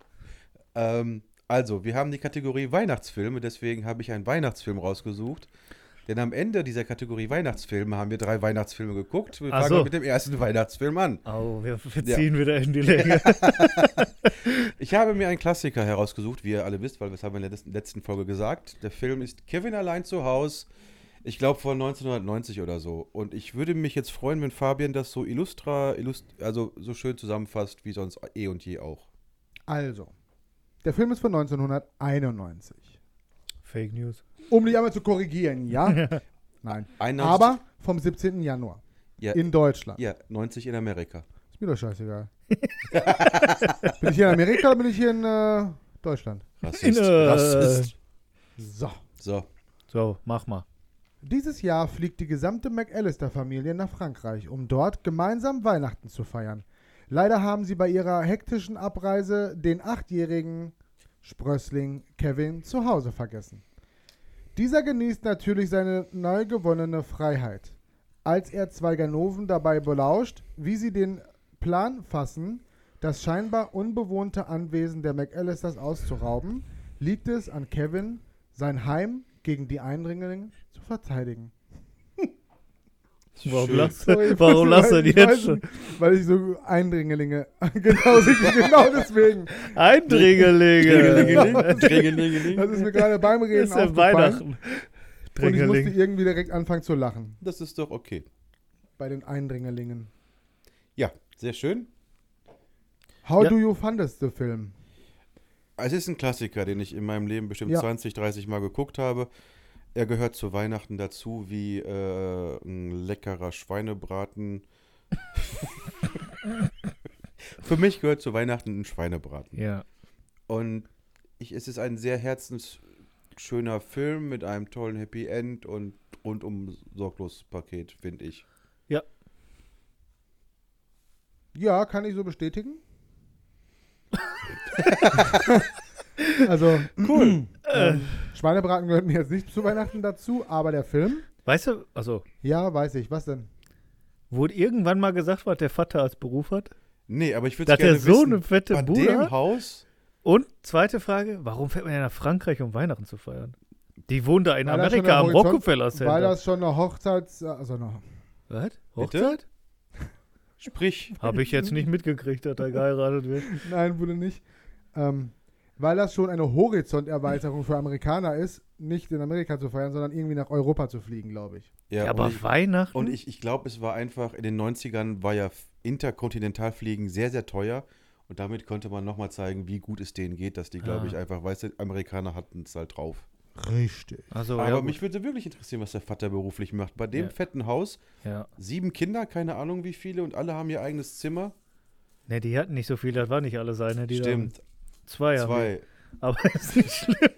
Ähm, also, wir haben die Kategorie Weihnachtsfilme, deswegen habe ich einen Weihnachtsfilm rausgesucht. Denn am Ende dieser Kategorie Weihnachtsfilme haben wir drei Weihnachtsfilme geguckt. Wir
Ach
fangen
so.
mit dem ersten Weihnachtsfilm an.
Oh, wir wir ziehen wieder in die Länge.
Ich habe mir einen Klassiker herausgesucht, wie ihr alle wisst, weil wir es haben in der letzten- letzten Folge gesagt. Der Film ist Kevin allein zu Haus, ich glaube von 1990 oder so. Und ich würde mich jetzt freuen, wenn Fabian das so illustra, illust also so schön zusammenfasst, wie sonst eh und je auch.
Also, der Film ist von 1991.
Fake News.
Um dich einmal zu korrigieren, ja? Nein.
91
Aber vom 17. Januar
ja,
in Deutschland.
ja, 90 in Amerika.
Ist mir doch scheißegal. bin ich hier in Amerika oder bin ich hier in äh, Deutschland?
Rassist.
In, äh,
Rassist.
So.
So,
So, mach mal.
Dieses Jahr fliegt die gesamte McAllister-Familie nach Frankreich, um dort gemeinsam Weihnachten zu feiern. Leider haben sie bei ihrer hektischen Abreise den achtjährigen Sprössling Kevin zu Hause vergessen. Dieser genießt natürlich seine neu gewonnene Freiheit. Als er zwei Ganoven dabei belauscht, wie sie den Plan fassen, das scheinbar unbewohnte Anwesen der McAllisters auszurauben, liegt es an Kevin, sein Heim gegen die Eindringlinge zu verteidigen.
Warum
Schön.
lachst
So, ich
du? Warum
weiß-
lachst du
ich
die
weiß
jetzt schon?
nicht, Weil ich so Eindringlinge. genau, genau deswegen.
Eindringelinge.
Das
Dringelingeling.
ist mir gerade beim Reden
ist ja
aufgefallen.
Weihnachten.
Und ich musste
Dringeling.
irgendwie direkt anfangen zu lachen
Das ist doch okay.
bei den Eindringlingen.
Ja, sehr schön.
How
Ja.
do you fandest the film?
Es ist ein Klassiker, den ich in meinem Leben bestimmt
Ja.
20, 30 Mal geguckt habe. Er gehört zu Weihnachten dazu wie äh, ein leckerer Schweinebraten. Für mich gehört zu Weihnachten ein Schweinebraten.
Ja.
Und ich, es ist ein sehr herzensschöner Film mit einem tollen Happy End und rundum sorglos Paket, finde ich.
Ja, kann ich so bestätigen. also,
Cool.
ähm, Schweinebraten gehört mir jetzt nicht zu Weihnachten dazu, aber der Film?
Weißt du, also,
Ja, weiß ich. Was denn?
wurde irgendwann mal gesagt, was der Vater als Beruf hat?
Nee, aber ich würde
Dass
es gerne
der so
wissen.
eine fette
bei
Bude
dem
hat?
Haus,
Und zweite Frage, warum fährt man denn nach Frankreich, um Weihnachten zu feiern? Die wohnen da in
War da schon der
Amerika am
Horizont?
Rockefeller Center.
Weil das schon eine Hochzeits... Also eine
was?
Bitte?
Hochzeit?
sprich,
Habe ich jetzt nicht mitgekriegt, dass er geheiratet wird.
Nein, wurde nicht. Ähm, weil das schon eine Horizonterweiterung für Amerikaner ist, nicht in Amerika zu feiern, sondern irgendwie nach Europa zu fliegen, glaube ich.
ja,
aber
und ich-
Weihnachten?
Und ich, ich glaube, es war einfach, in den 90ern war ja Interkontinentalfliegen sehr, sehr teuer. Und damit konnte man nochmal zeigen, wie gut es denen geht, dass die, glaube
Ah.
ich, einfach, weißt du, Amerikaner hatten es halt drauf.
Richtig.
also,
Aber
ja, gut.
mich würde wirklich interessieren, was der Vater beruflich macht. Bei dem
Ja.
fetten Haus,
ja.
sieben Kinder, keine Ahnung wie viele, und alle haben ihr eigenes Zimmer.
Ne, die hatten nicht so viel, das waren nicht alle seine. Die da-
Stimmt,
zwei. haben die.
zwei.
Aber ist nicht schlimm.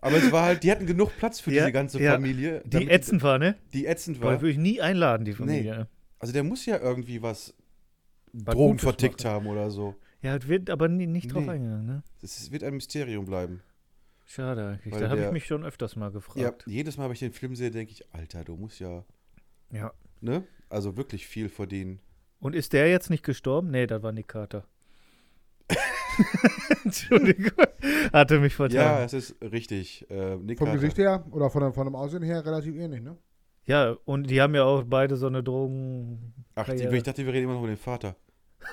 Aber es war halt, die hatten genug Platz für
Ja,
diese ganze
ja.
Familie.
Die
damit-
ätzend war, ne?
Die ätzend
Weil
war.
würde ich nie einladen, die Familie.
Also der muss ja irgendwie was,
Was
Drogen
Gutes
vertickt
machen.
haben oder so.
Ja, es wird aber nie, nicht drauf
Nee.
eingegangen, ne?
Es wird ein Mysterium bleiben.
Schade eigentlich.
Weil
da habe ich
der-
mich schon öfters mal
Ja,
gefragt.
jedes Mal, wenn ich den Film sehe, denke ich, Alter, du musst ja,
Ja.
ne? Also wirklich viel verdienen.
Und ist der jetzt nicht gestorben? Nee, das war Nick Carter. Entschuldigung. Hatte mich
Ja,
vertan.
es ist richtig. Äh, Nick
Vom
Carter.
Gesicht her oder von, von dem Aussehen her relativ ähnlich, ne?
Ja. und die haben ja auch beide so eine Drogen.
Ach, die,
Karriere.
ich dachte, wir reden immer noch über den Vater.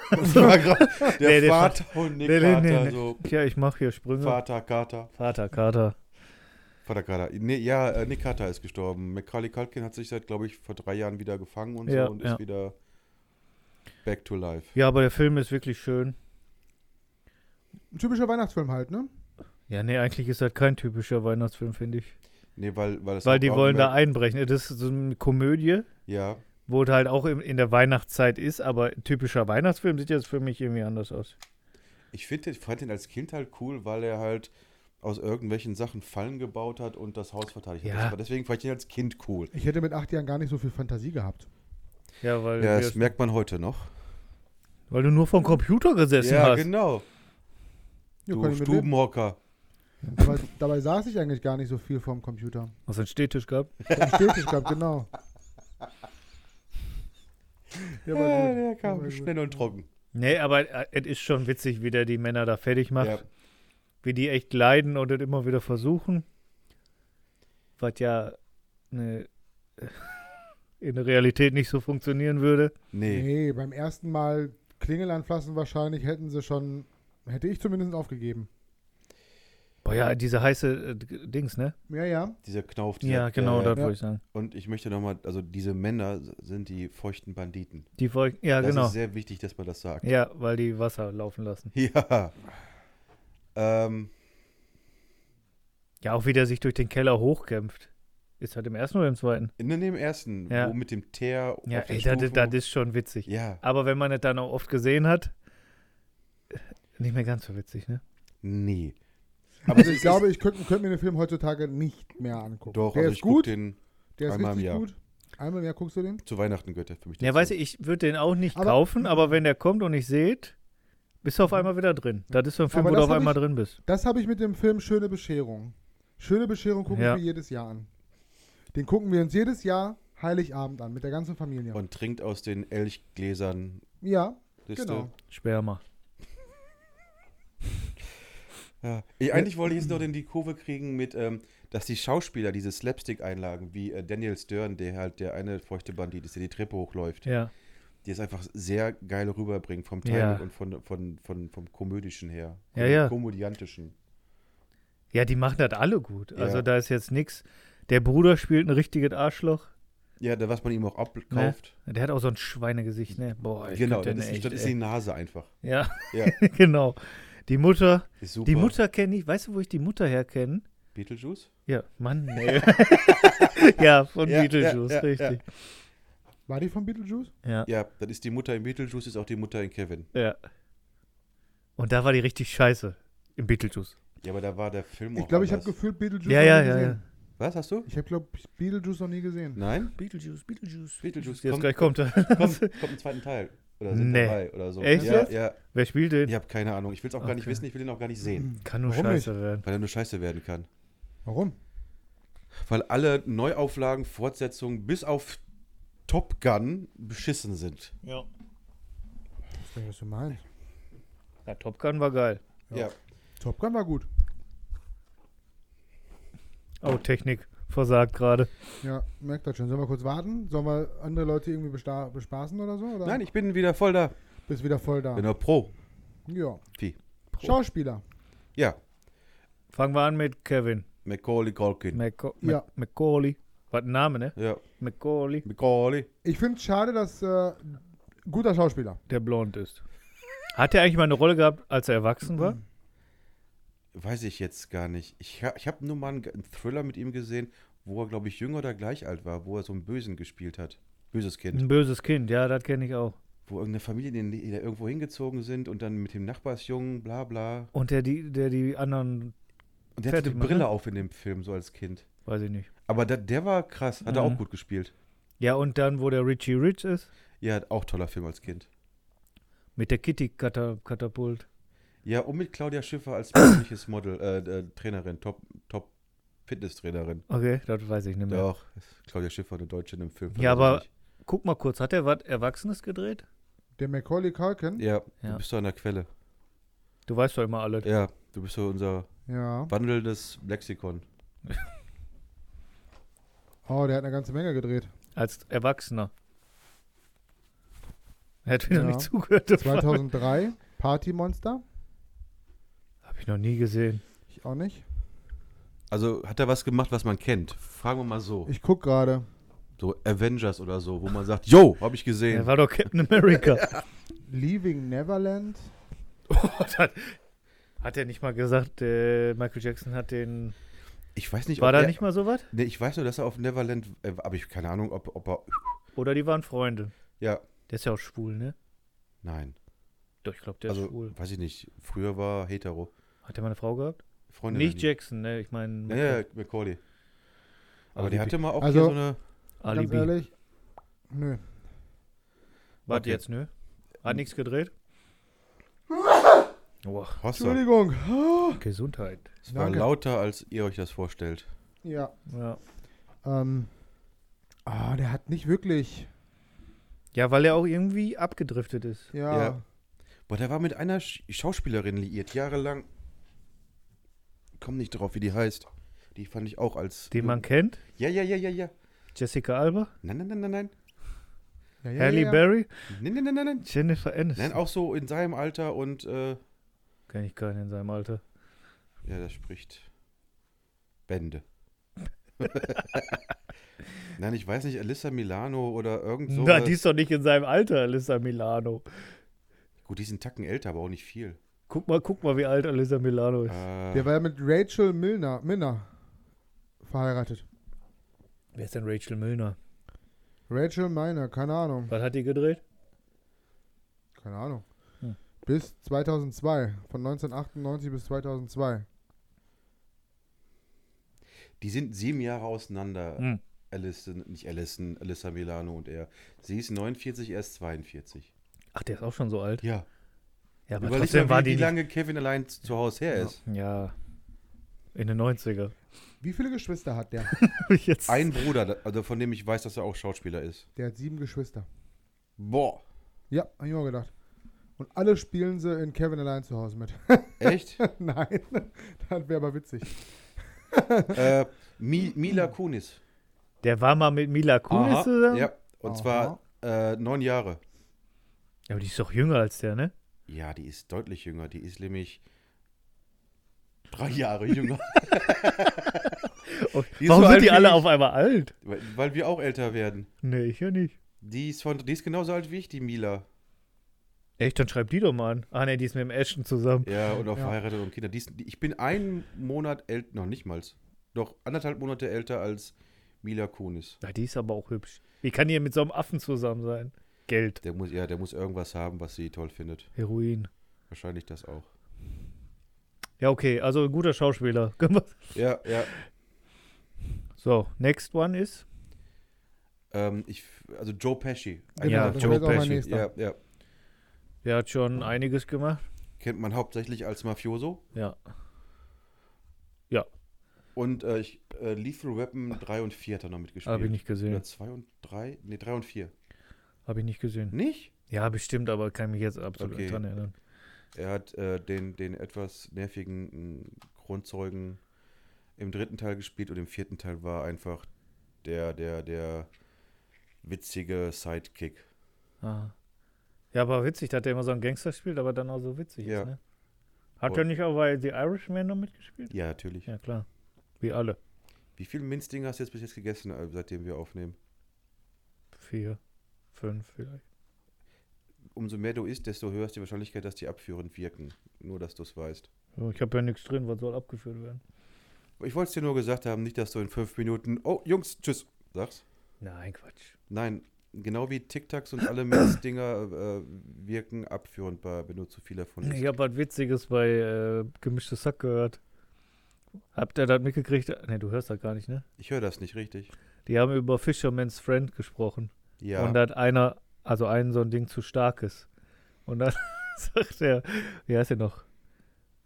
Das war grad der
Nee, der
Vater und
Nee,
der
nee,
Kater,
nee, Also- nee.
so
Ja, ich mache hier Sprünge.
Vater, Kater.
Vater Kater.
Vater Kater. Nee, ja, äh, Nick Carter ist gestorben. Macaulay Culkin hat sich seit, glaube ich, vor drei Jahren wieder gefangen und
Ja,
so und
ja.
ist wieder back to life.
Ja, aber der Film ist wirklich schön.
Ein typischer Weihnachtsfilm halt, ne?
Ja, nee, eigentlich ist das kein typischer Weihnachtsfilm, finde ich.
Nee, weil, weil das
Weil
auch
die wollen da
Augenmerk-
einbrechen. Das ist so eine Komödie,
Ja,
wo es halt auch im- in der Weihnachtszeit ist, aber ein typischer Weihnachtsfilm sieht jetzt für mich irgendwie anders aus.
ich find, den- fand ihn als Kind halt cool, weil er halt aus irgendwelchen Sachen Fallen gebaut hat und das Haus verteidigt
Ja.
hat. Das war- Deswegen fand ich ihn als Kind cool.
Ich hätte mit acht Jahren gar nicht so viel Fantasie gehabt.
Ja, weil,
Ja, das
wir-
merkt man heute noch.
weil du nur vom Computer gesessen
Ja,
hast.
genau.
Ja,
Du
kann ich mitleben.
Stubenhocker.
Aber dabei saß ich eigentlich gar nicht so viel vorm Computer.
Hast du einen Stehtisch gehabt?
Ich hab einen Stehtisch gehabt, genau. Ja, aber
Ja,
gut.
der
Ja, aber
kam
gut.
schnell und trocken.
Nee, aber äh, es ist schon witzig, wie der die Männer da fertig macht.
Ja.
Wie die echt leiden und das immer wieder versuchen. Was ja ne, in der Realität nicht so funktionieren würde.
Nee.
Nee, beim ersten Mal Klingel anfassen wahrscheinlich hätten sie schon, hätte ich zumindest aufgegeben.
Boah, ja, diese heiße äh, G- Dings, ne?
Ja, ja.
dieser Knauf. Dieser,
Ja, genau,
äh,
das
ja.
wollte ich sagen.
Und ich möchte nochmal, also diese Männer sind die feuchten Banditen.
Die Folge, ja,
das
genau.
ist sehr wichtig, dass man das sagt.
Ja, weil die Wasser laufen lassen.
Ja. Ähm,
Ja, auch wie der sich durch den Keller hochkämpft. Ist halt im ersten oder im zweiten?
in in dem ersten,
Ja.
wo mit dem Teer
Ja,
auf den
ey, das,
Stufen-
das ist schon witzig.
Ja,
Aber wenn man das dann auch oft gesehen hat, äh, nicht mehr ganz so witzig, ne?
nee. Aber
Also
es
ich
ist-
glaube, ich könnte könnt mir den Film heutzutage nicht mehr
Oh.
angucken.
doch,
der
also
ist
ich guck
gut,
den
der ist
einmal im
richtig
Jahr.
gut. Einmal mehr guckst du den?
zu Weihnachten gehört der für mich.
Ja, weiß ich, ich würde den auch nicht
Aber-
kaufen, aber wenn der kommt und ich seht, bist du auf einmal wieder drin. Das ist so ein Film,
Aber
wo du
das
auf
hab
einmal
ich-
drin bist.
Das habe ich mit dem Film Schöne Bescherung. Schöne Bescherung gucken
Ja.
wir jedes Jahr an. Den gucken wir uns jedes Jahr Heiligabend an, mit der ganzen Familie.
Und trinkt aus den Elchgläsern.
ja,
siehst du?
genau.
Sperma.
Ja. Ich, eigentlich wollte ich jetzt noch in die Kurve kriegen mit, ähm, dass die Schauspieler diese Slapstick-Einlagen, wie äh, Daniel Stern, der halt der eine feuchte Bandit ist, der die Treppe hochläuft,
Ja.
die es einfach sehr geil rüberbringen vom Timing
Ja.
und von, von, von, vom Komödischen her.
Ja, ja.
Komödiantischen.
Ja, die machen das alle gut. Also
Ja.
da ist jetzt nichts. Der Bruder spielt ein richtiges Arschloch.
Ja, da, was man
Ne?
ihm auch abkauft.
Der hat auch so ein Schweinegesicht, ne? Boah, ich
genau,
könnte
das ist,
den echt,
das ist
ey.
die Nase einfach.
Ja,
Ja,
genau. Die Mutter,
ist super.
die Mutter kenne ich, weißt du, wo ich die Mutter herkenne?
Beetlejuice?
Ja, Mann, nee. ja, von
Ja, ja,
Beetlejuice,
ja, ja.
richtig.
War die von Beetlejuice?
Ja.
Ja, das ist die Mutter in Beetlejuice, ist auch die Mutter in Kevin.
ja. Und da war die richtig scheiße. Im Beetlejuice.
Ja, aber da war der Film
Ich
auch
glaube, ich habe
anders.
gefühlt Beetlejuice
Ja,
noch
ja,
nie
ja,
gesehen.
ja.
Was hast du?
Ich habe, glaube ich, Beetlejuice noch nie gesehen.
Nein?
Beetlejuice, Beetlejuice.
Beetlejuice,
Jetzt
komm.
gleich kommt er.
Kommt, kommt im zweiten Teil. Oder sind
Nee.
dabei oder so.
Echt
ja,
jetzt?
ja.
Wer spielt den?
Ich habe keine Ahnung. Ich will es auch gar nicht
Okay. Mhm.
wissen, ich will ihn auch gar nicht sehen.
Kann nur
Warum
scheiße werden.
Weil er nur scheiße werden kann.
Warum?
Weil alle Neuauflagen, Fortsetzungen bis auf Top Gun beschissen sind.
Ich weiß nicht, was du meinst.
Ja, Top Gun war geil.
Ja.
ja.
Top Gun war gut.
Oh, Technik versagt gerade.
Ja, merkt das schon. Sollen wir kurz warten? Sollen wir andere Leute irgendwie besta- bespaßen oder so? Oder?
Nein, Genau. ich bin wieder voll da.
Bist wieder voll da.
Bin doch Pro.
Ja.
Wie?
Schauspieler.
Ja,
Fangen wir an mit Kevin.
Macaulay Culkin.
Maca
Ja.
Mac- Macaulay. Was ein Name, ne?
ja,
Macaulay,
Macaulay.
Ich finde es schade, dass äh, guter Schauspieler.
der blond ist. Hat er eigentlich mal eine Rolle gehabt, als er erwachsen war?
Weiß ich jetzt gar nicht. Ich, ha- ich habe nur mal einen, einen Thriller mit ihm gesehen, wo er, glaube ich, jünger oder gleich alt war, wo er so einen Bösen gespielt hat. Böses Kind.
Ein böses Kind, ja, das kenne ich auch.
Wo irgendeine Familie, die, die da irgendwo hingezogen sind und dann mit dem Nachbarsjungen, bla bla.
Und der die, der die anderen,
Und der hatte
Fertig ne?
die
machen.
Brille auf in dem Film, so als Kind.
weiß ich nicht.
Aber da, der war krass, hat er
Mhm.
auch gut gespielt.
Ja, und dann, wo der Richie Rich ist,
Ja, auch toller Film als Kind.
mit der Kitty-Katapult.
Ja, und mit Claudia Schiffer als persönliches Model, äh, äh, Trainerin, Top, Top Fitness-Trainerin.
Okay, das weiß ich nicht mehr.
Doch, Claudia Schiffer, eine Deutsche in dem Film.
Ja,
vergesse
aber-
ich
Guck mal kurz, hat er was Erwachsenes gedreht?
Der Macaulay Culkin.
nicht. Ja,
Ja.
du bist so an der Quelle.
Du weißt doch immer alles.
Ja, du bist so unser
Ja.
wandelndes Lexikon.
Oh, der hat eine ganze Menge gedreht.
Als Erwachsener. Er hat wieder
Ja.
nicht zugehört.
2003, Partymonster.
Habe ich noch nie gesehen.
Ich auch nicht.
Also hat er was gemacht, was man kennt? Fragen wir mal so.
Ich guck gerade.
So Avengers oder so, wo man sagt, yo, hab ich
Er
gesehen.
war doch Captain America.
Leaving Neverland.
oh, das, hat er nicht mal gesagt, äh, Michael Jackson hat den.
Ich weiß nicht,
War da
er,
nicht mal so was?
Nee, Ne, ich weiß nur, dass er auf Neverland, äh, aber ich keine Ahnung, ob, ob er,
Oder die waren Freunde.
ja,
Der ist ja auch schwul, ne?
nein.
Doch, ich glaube, der
also,
ist schwul.
weiß ich nicht. Früher war hetero.
Hat der mal eine Frau gehabt?
Freunde.
nicht Jackson, ne? Ich meine.
Ja, ja, Macaulay. Aber die
Alibi.
hatte mal auch
Also-
hier so eine,
Ganz
Alibi.
ehrlich. Nö.
Warte
Okay.
jetzt, nö. Hat nichts gedreht? Boah,
Hossa,
Entschuldigung.
Gesundheit.
es war
Danke.
lauter, als ihr euch das vorstellt.
Ja.
Ja.
Ähm. Ah, der hat nicht wirklich.
ja, weil er auch irgendwie abgedriftet ist.
Ja.
Ja. Boah, der war mit einer Sch Schauspielerin liiert, jahrelang. Komm nicht drauf, wie die heißt. Die fand ich auch als.
Den man kennt?
Ja, ja, ja, ja, ja.
Jessica Alba?
Nein, nein, nein, nein, nein.
ja, ja,
Halle
ja, ja.
Berry?
Nein, nein, nein, nein, nein.
Jennifer Aniston.
Nein, auch so in seinem Alter und äh,
Kenn ich keinen in seinem Alter.
ja, das spricht Bände. nein, ich weiß nicht, Alyssa Milano oder irgend so.
Na, die ist doch nicht in seinem Alter, Alyssa Milano.
Gut, die sind einen Tacken älter, aber auch nicht viel.
Guck mal, guck mal, wie alt Alyssa Milano ist.
Äh,
Der war ja mit Rachel Milner, Minner verheiratet.
Wer ist denn Rachel Milner?
Rachel Miner, keine Ahnung.
Was hat die gedreht?
Keine Ahnung.
Hm.
Bis 2002. Von 1998 bis 2002.
die sind sieben Jahre auseinander.
Hm.
Alison, nicht Alison, Alyssa Milano und er. Sie ist 49, er ist 42.
Ach, der ist auch schon so alt.
Ja,
Ja, aber
überleg
trotzdem
mal,
war
wie,
die
wie
nicht-
lange Kevin allein zu zu Hause her ist.
Ja. In den 90er.
Wie viele Geschwister hat der?
Hab ich jetzt.
Ein Bruder, da- also von dem ich weiß, dass er auch Schauspieler ist.
Der hat sieben Geschwister.
Boah,
Ja, hab ich auch gedacht. Und alle spielen sie in Kevin allein zu Hause mit.
echt?
Nein, das wäre aber witzig.
äh, Mi Mila Kunis.
Der war mal mit Mila Kunis
Aha,
zusammen?
Ja, und
Aha.
zwar äh, neun Jahre.
Ja, Aber die ist doch jünger als der, ne?
Ja, die ist deutlich jünger. Die ist nämlich drei Jahre jünger. Die ist so
Warum sind
alt
die
wie
alle
ich.
auf einmal alt?
weil, weil wir auch älter werden.
Nee, ich ja nicht.
Die ist, von, die ist genauso alt wie ich, die Mila.
Echt, dann schreib die doch mal an. Ah, nee, die ist mit dem Ashton zusammen.
Ja, und auch
Ja.
verheiratet und Kinder. Die ist, die, ich bin einen Monat älter, noch nicht mal, doch anderthalb Monate älter als Mila Kunis.
Ja, die ist aber auch hübsch. Wie kann die mit so einem Affen zusammen sein? Geld.
Der muss, ja, der muss irgendwas haben, was sie toll findet.
Heroin.
Wahrscheinlich das auch.
Ja, okay, also ein guter Schauspieler. Können wir-
Ja, ja.
So, next one ist.
Ähm, ich, also Joe Pesci.
Ja,
Genau, das
Joe
wäre jetzt auch mein
Pesci,
nächster.
Ja, ja.
Der hat schon einiges gemacht.
Kennt man hauptsächlich als Mafioso.
Ja.
Und äh, ich, äh, Lethal Weapon 3 und 4 hat er noch mitgespielt.
Habe ich nicht
Oder
gesehen.
2 und 3? Ne, 3 und 4.
Habe ich nicht gesehen.
Nicht?
Ja, bestimmt, aber kann mich jetzt absolut
Okay.
nicht dran erinnern.
Er hat äh, den, den etwas nervigen mh, Grundzeugen im dritten Teil gespielt und im vierten Teil war einfach der, der, der witzige Sidekick.
Ah. Ja, aber witzig, dass der immer so ein Gangster spielt, aber dann auch so witzig
Ja.
ist, ne? Hat
Voll.
er nicht auch bei The Irishman noch mitgespielt?
Ja, natürlich.
Ja, klar. Wie alle.
Wie viel Minzding hast du jetzt bis jetzt gegessen, äh, seitdem wir aufnehmen?
Vier, fünf vielleicht.
Umso mehr du isst, desto höher ist die Wahrscheinlichkeit, dass die abführend wirken. Nur, dass du es weißt.
Ja, Oh, Ich habe ja nichts drin, was soll abgeführt werden?
Ich wollte es dir nur gesagt haben, nicht, dass du in fünf Minuten, oh, Jungs, tschüss, sagst.
Nein, Quatsch.
Nein, genau wie Tic-Tacs und alle Minzdinger äh, wirken abführend, bei, wenn du zu viel davon isst.
Ich habe was Witziges bei äh, Gemischtes Sack gehört. Habt ihr das mitgekriegt? Ne, du hörst das gar nicht, ne?
Ich höre das nicht richtig.
Die haben über Fisherman's Friend gesprochen.
Ja.
Und äh, da hat einer, also einen so ein Ding zu stark ist. Und dann sagt er, wie heißt er noch?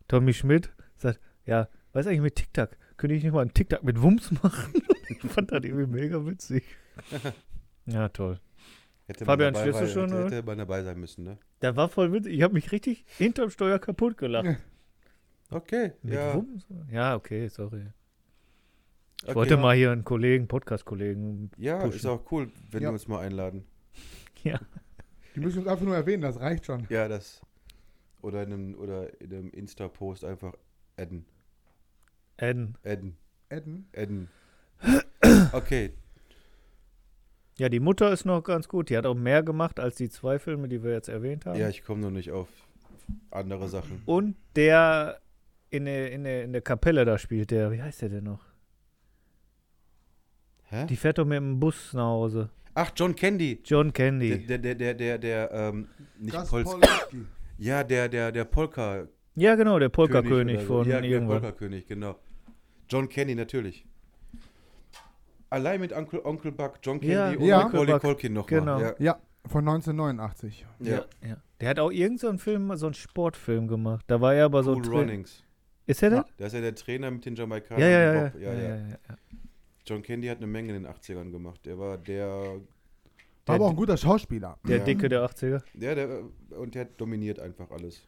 Tommy Schmidt sagt, ja, was ist eigentlich mit TikTok? Könnte ich nicht mal einen TikTok mit Wumms machen? ich fand das irgendwie mega witzig. ja, toll.
Hätte man
Fabian,
dabei
schläfst du
sein-
schon,
Hätte,
oder?
hätte man dabei sein müssen, ne?
Da war voll witzig. Ich habe mich richtig hinterm Steuer kaputt gelacht.
Okay,
Mit
ja.
Wumms? Ja, okay, sorry. Ich
okay.
wollte mal hier einen Kollegen, Podcast-Kollegen.
Ja,
pushen.
ist auch cool, wenn
Ja.
wir uns mal einladen.
Ja.
Die müssen uns einfach nur erwähnen, das reicht schon.
Ja, das. Oder in einem, oder in einem Insta-Post einfach adden.
N.
Adden.
Adden?
Adden. Okay.
Ja, die Mutter ist noch ganz gut. Die hat auch mehr gemacht als die zwei Filme, die wir jetzt erwähnt haben.
Ja, ich komme noch nicht auf andere Sachen.
Und der in der, in, der, in der Kapelle da spielt, der, wie heißt der denn noch?
Hä?
Die fährt doch mit dem Bus nach Hause.
Ach, John Candy.
John
Der,
Candy.
der, der, der, der, der ähm, nicht
Gas
Polska.
Polski.
Ja, der, der, der Polka.
Ja, genau, der Polka-König
oder so.
von
ja, der
irgendwann.
Polka-König, genau. John Candy, natürlich. Allein mit Onkel, Onkel Buck, John Candy
Ja,
und
ja.
Macaulay
Onkel Buck,
Culkin nochmal.
genau.
Ja,
Ja, von 1989.
ja.
Ja. Der hat auch irgendeinen so einen Film, so einen Sportfilm gemacht. Da war er aber so.
Cool
drin.
Runnings.
Ist er das?
Da ist ja der Trainer mit den Jamaikanern.
Ja, ja,
und
ja.
Bob.
ja, ja, ja, ja.
John Candy hat eine Menge in den 80ern gemacht. Der war der,
War
Der-
aber auch ein guter Schauspieler.
Der
Ja.
Dicke der 80er.
der, der und der hat dominiert einfach alles.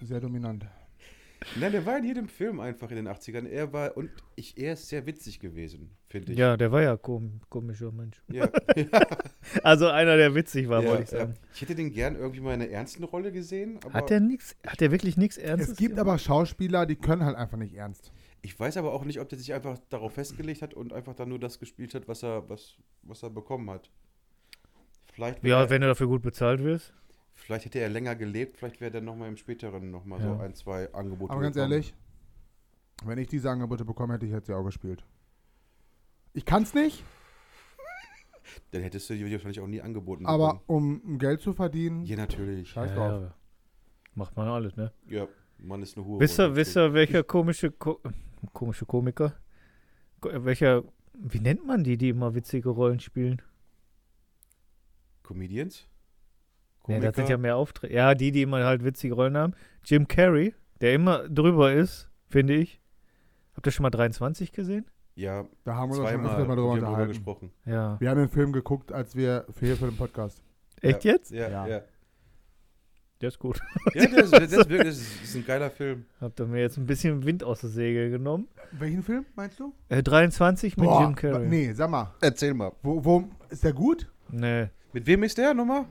Sehr dominant.
Nein, der war in jedem Film einfach in den 80ern. Er war und ich, er ist sehr witzig gewesen, finde ich.
Ja, der war ja kom komischer Mensch.
Ja,
Also einer, der witzig war,
ja,
wollte ich
ja.
sagen.
Ich hätte den gern irgendwie mal in einer ernsten Rolle gesehen, aber
Hat der nix, hat der wirklich nichts Ernstes?
Es gibt
gemacht?
aber Schauspieler, die können halt einfach nicht ernst.
ich weiß aber auch nicht, ob der sich einfach darauf festgelegt hat und einfach dann nur das gespielt hat, was er, was, was er bekommen hat. Vielleicht,
Ja,
wäre-
wenn du dafür gut bezahlt wirst.
vielleicht hätte er länger gelebt, vielleicht wäre der nochmal im späteren nochmal
Ja.
so ein, zwei Angebote
Aber ganz
bekommen.
ehrlich, wenn ich diese Angebote bekommen hätte, ich hätte sie auch gespielt. Ich kann's nicht,
Dann hättest du die wahrscheinlich auch nie angeboten.
aber
bekommen.
um Geld zu verdienen,
Ja, natürlich.
scheiß
Ja,
drauf.
ja. Macht man alles, ne?
Ja, man ist eine Hure.
Wisst ihr, wisst ihr, welcher komische, Ko komische Komiker? Ko welcher, wie nennt man die, die immer witzige Rollen spielen?
Comedians?
Nee, das sind
Komiker?
ja mehr Auftritte. Ja, die, die immer halt witzige Rollen haben. Jim Carrey, der immer drüber ist, finde ich. Habt ihr schon mal 23 gesehen?
Ja,
Da haben wir uns schon
zweimal
öfter mal drüber
haben wir darüber
unterhalten.
gesprochen.
Ja.
Wir haben den Film geguckt, als wir hier für den Podcast.
Echt jetzt?
Ja,
Ja.
ja. ja.
Der ist gut.
das, das, ist wirklich, das ist das ist ein geiler Film.
Habt ihr mir jetzt ein bisschen Wind aus der Segel genommen?
Welchen Film meinst du?
Äh, 23 mit Jim Carrey. Nee.
Nee, sag mal.
Erzähl mal.
Wo, wo, ist der gut?
nee.
Mit wem ist der nochmal?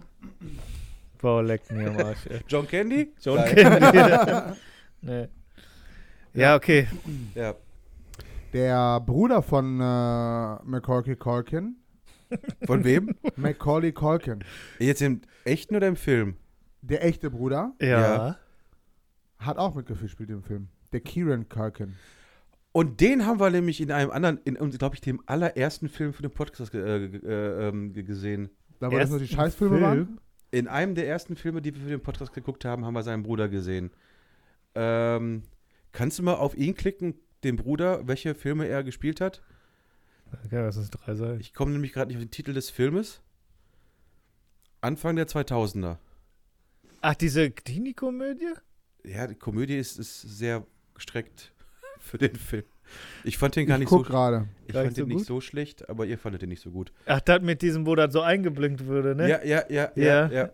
Wow, leck mir am Arsch, ey.
John Candy?
John
Nein.
Candy. nee. Ja, okay.
Ja.
Der Bruder von äh, Macaulay Culkin.
Von wem?
Macaulay Culkin.
Jetzt im echten oder im Film?
Der echte Bruder
Ja.
Ja.
hat auch mitgespielt im Film. Der Kieran Culkin.
Und den haben wir nämlich in einem anderen, in, glaube ich, dem allerersten Film für den Podcast ge äh, ge- äh, ähm, ge- gesehen.
Da wo das nur die
Ersten
Scheißfilme
Film?
waren.
In einem der ersten Filme, die wir für den Podcast geguckt haben, haben wir seinen Bruder gesehen. Ähm, kannst du mal auf ihn klicken, den Bruder, welche Filme er gespielt hat?
Ja, das sind drei sein.
Ich komme nämlich gerade nicht auf den Titel des Filmes. Anfang der 2000er.
Ach, diese Klinikomödie?
Ja, die Komödie ist, ist sehr gestreckt für den Film. Ich fand den gar
Ich
nicht
guck
so,
gerade.
ich
gar
fand
nicht so
den nicht
gut?
so schlecht, aber ihr fandet den nicht so gut.
Ach, das mit diesem, wo das so eingeblinkt würde, ne?
Ja, ja, ja,
Ja.
ja, ja.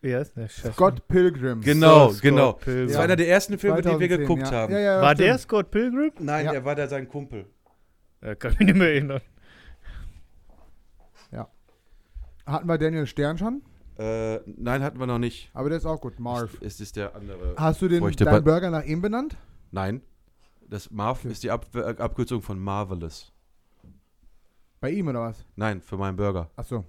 Wie heißt der? Schaffner.
Scott Pilgrim.
Genau,
Scott
genau.
Pilgrim.
Das war einer der ersten Filme, die wir
2010,
geguckt
ja.
haben.
Ja, ja,
War
stimmt.
der Scott Pilgrim?
Nein,
Ja.
er war da sein Kumpel.
Ja, kann mich nicht mehr erinnern.
Hatten wir Daniel Stern schon?
Äh, nein, hatten wir noch nicht.
Aber der ist auch gut. Marv. Ah.
Es ist der andere.
Hast du den,
Feuchte
deinen
Bad-
Burger nach ihm benannt?
Nein. Das Marv
Okay.
ist die Ab äh, Abkürzung von Marvelous.
Bei ihm oder was?
Nein, für meinen Burger.
Achso.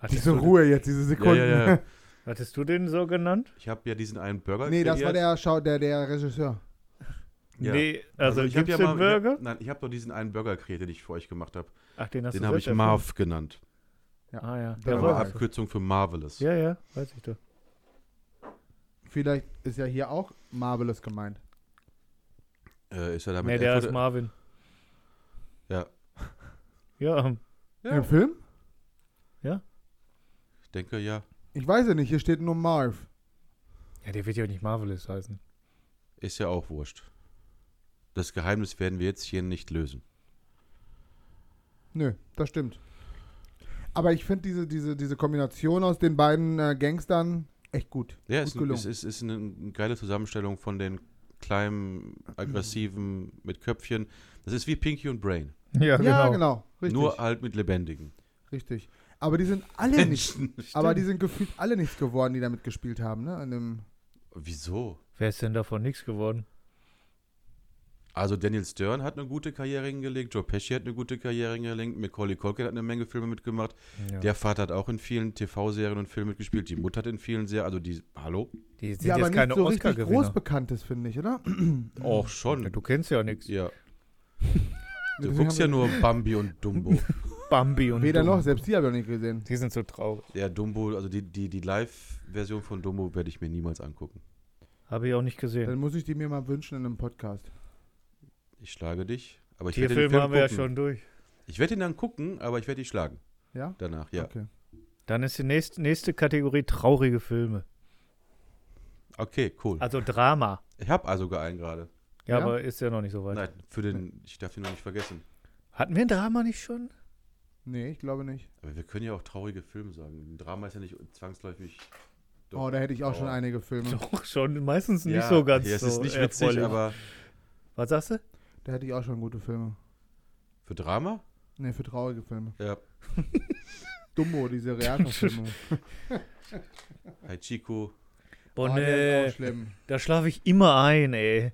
Hattest,
Diese
du,
Ruhe jetzt, diese Sekunden.
Ja, ja, ja.
hattest du den so genannt?
Ich habe ja diesen einen Burger
nee, das war
kreiert.
der, Schau der, der Regisseur.
Ja.
Nee, also,
ich habe
gibt's
ja
den
mal, Ich
Burger?
hab, nein, ich habe doch diesen einen Burger kreiert, den ich für euch gemacht habe.
Ach, den hast
Den
du
habe
selbst
ich
erfunden.
Marv genannt.
Ah, ja.
Der
Der
Aber
Marv.
war
Abkürzung für Marvelous.
ja, ja, weiß ich doch.
Vielleicht ist ja hier auch Marvelous gemeint.
Äh, ist er damit
Nee, der
F
ist Marvin.
Ja.
Ja, ähm.
Im
ja.
Film?
Ich denke, ja.
Ich weiß ja nicht, hier steht nur Marv.
Ja, der wird ja nicht Marvelous heißen.
Ist ja auch wurscht. Das Geheimnis werden wir jetzt hier nicht lösen.
Nö, das stimmt. Aber ich finde diese, diese, diese Kombination aus den beiden äh, Gangstern echt gut. Gut
Ja, es ist, ein-
gelungen.
es ist, ist eine geile Zusammenstellung von den kleinen, aggressiven mit Köpfchen Das ist wie Pinky und Brain.
Ja, genau.
Ja, genau. Richtig.
Nur halt mit Lebendigen.
richtig. Aber die sind alle nicht. Aber die sind gefühlt alle nichts geworden, die damit gespielt haben, ne? An dem
Wieso?
Wer ist denn davon nichts geworden?
Also Daniel Stern hat eine gute Karriere hingelegt, Joe Pesci hat eine gute Karriere hingelegt, Macaulay Culkin hat eine Menge Filme mitgemacht.
Ja.
Der Vater hat auch in vielen TV-Serien und Filmen mitgespielt. Die Mutter hat in vielen sehr, also die, hallo?
Die sind
ja, aber
jetzt
nicht
keine
so richtig groß
Oscar-Gewinner.
bekannt ist, finde ich, oder?
Auch
Ja,
schon.
du kennst ja nichts.
Ja. Du
Deswegen
guckst ja
haben
nur Bambi und Dumbo.
Bambi und
Weder
Dumbo.
noch, selbst die habe ich noch nicht gesehen.
Die sind so traurig.
Ja, Dumbo, also die, die, die Live-Version von Dumbo werde ich mir niemals angucken.
Habe ich auch nicht gesehen.
Dann muss ich die mir mal wünschen in einem Podcast.
Ich schlage dich. Aber ich werde den
Tierfilme
Film
haben wir ja
gucken.
schon durch.
Ich werde ihn dann gucken, aber ich werde ihn schlagen.
Ja?
Danach, ja. Okay,
Okay.
Dann ist die nächste, nächste Kategorie traurige Filme.
cool.
Also Drama.
Ich habe also sogar einen gerade.
Ja,
Ja?
aber ist ja noch nicht so weit.
Nein, für den, ich darf ihn noch nicht vergessen.
Hatten wir ein Drama nicht schon?
Nee, ich glaube nicht.
Aber wir können ja auch traurige Filme sagen. Ein Drama ist ja nicht zwangsläufig.
Oh, da hätte ich auch schon
Dauer.
einige Filme.
Doch, schon. Meistens nicht
Hm. Ja,
so ganz
Ja, es
so äh,
ist nicht witzig,
erfreulich.
aber
Was sagst du?
Da hätte ich auch schon gute Filme.
für Drama?
Nee, für traurige Filme.
Ja.
Dumbo, diese Reator-Filme.
Hi Chico.
Oh,
Boah,
der
nee,
ist auch schlimm.
da schlafe ich immer ein, ey.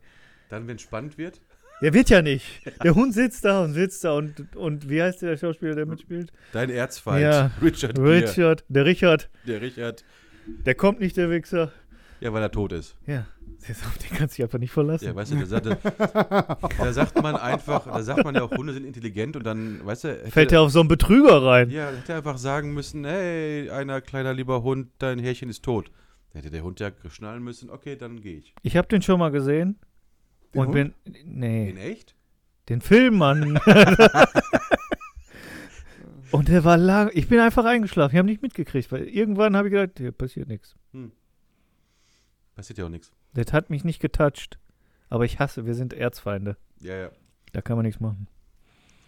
Dann, wenn es spannend wird.
Der wird ja nicht. Der Hund sitzt da und sitzt da und, und wie heißt der Schauspieler, der mitspielt?
Dein Erzfeind.
Ja.
Richard. Gere.
Richard, der Richard,
Der Richard.
der kommt nicht, der Wichser.
Ja, weil er tot ist.
Ja, der ist auf den kannst du dich einfach nicht verlassen.
Ja, weißt du, da, sagt- da, da sagt man einfach, da sagt man ja auch, Hunde sind intelligent und dann, weißt du, hätte,
Fällt er auf so einen Betrüger rein.
ja, hätte er einfach sagen müssen, hey, einer kleiner lieber Hund, dein Härchen ist tot. Da hätte der Hund ja schnallen müssen, okay, dann gehe ich.
Ich habe den schon mal gesehen
Den
und
Hund?
bin
In
nee,
echt?
den Film Mann. und der war lang, ich bin einfach eingeschlafen, ich habe nicht mitgekriegt, weil irgendwann habe ich gedacht, hier passiert nichts.
Passiert ja auch nichts.
Das hat mich nicht getoucht. Aber ich hasse, wir sind Erzfeinde.
Ja, ja.
Da kann man nichts machen.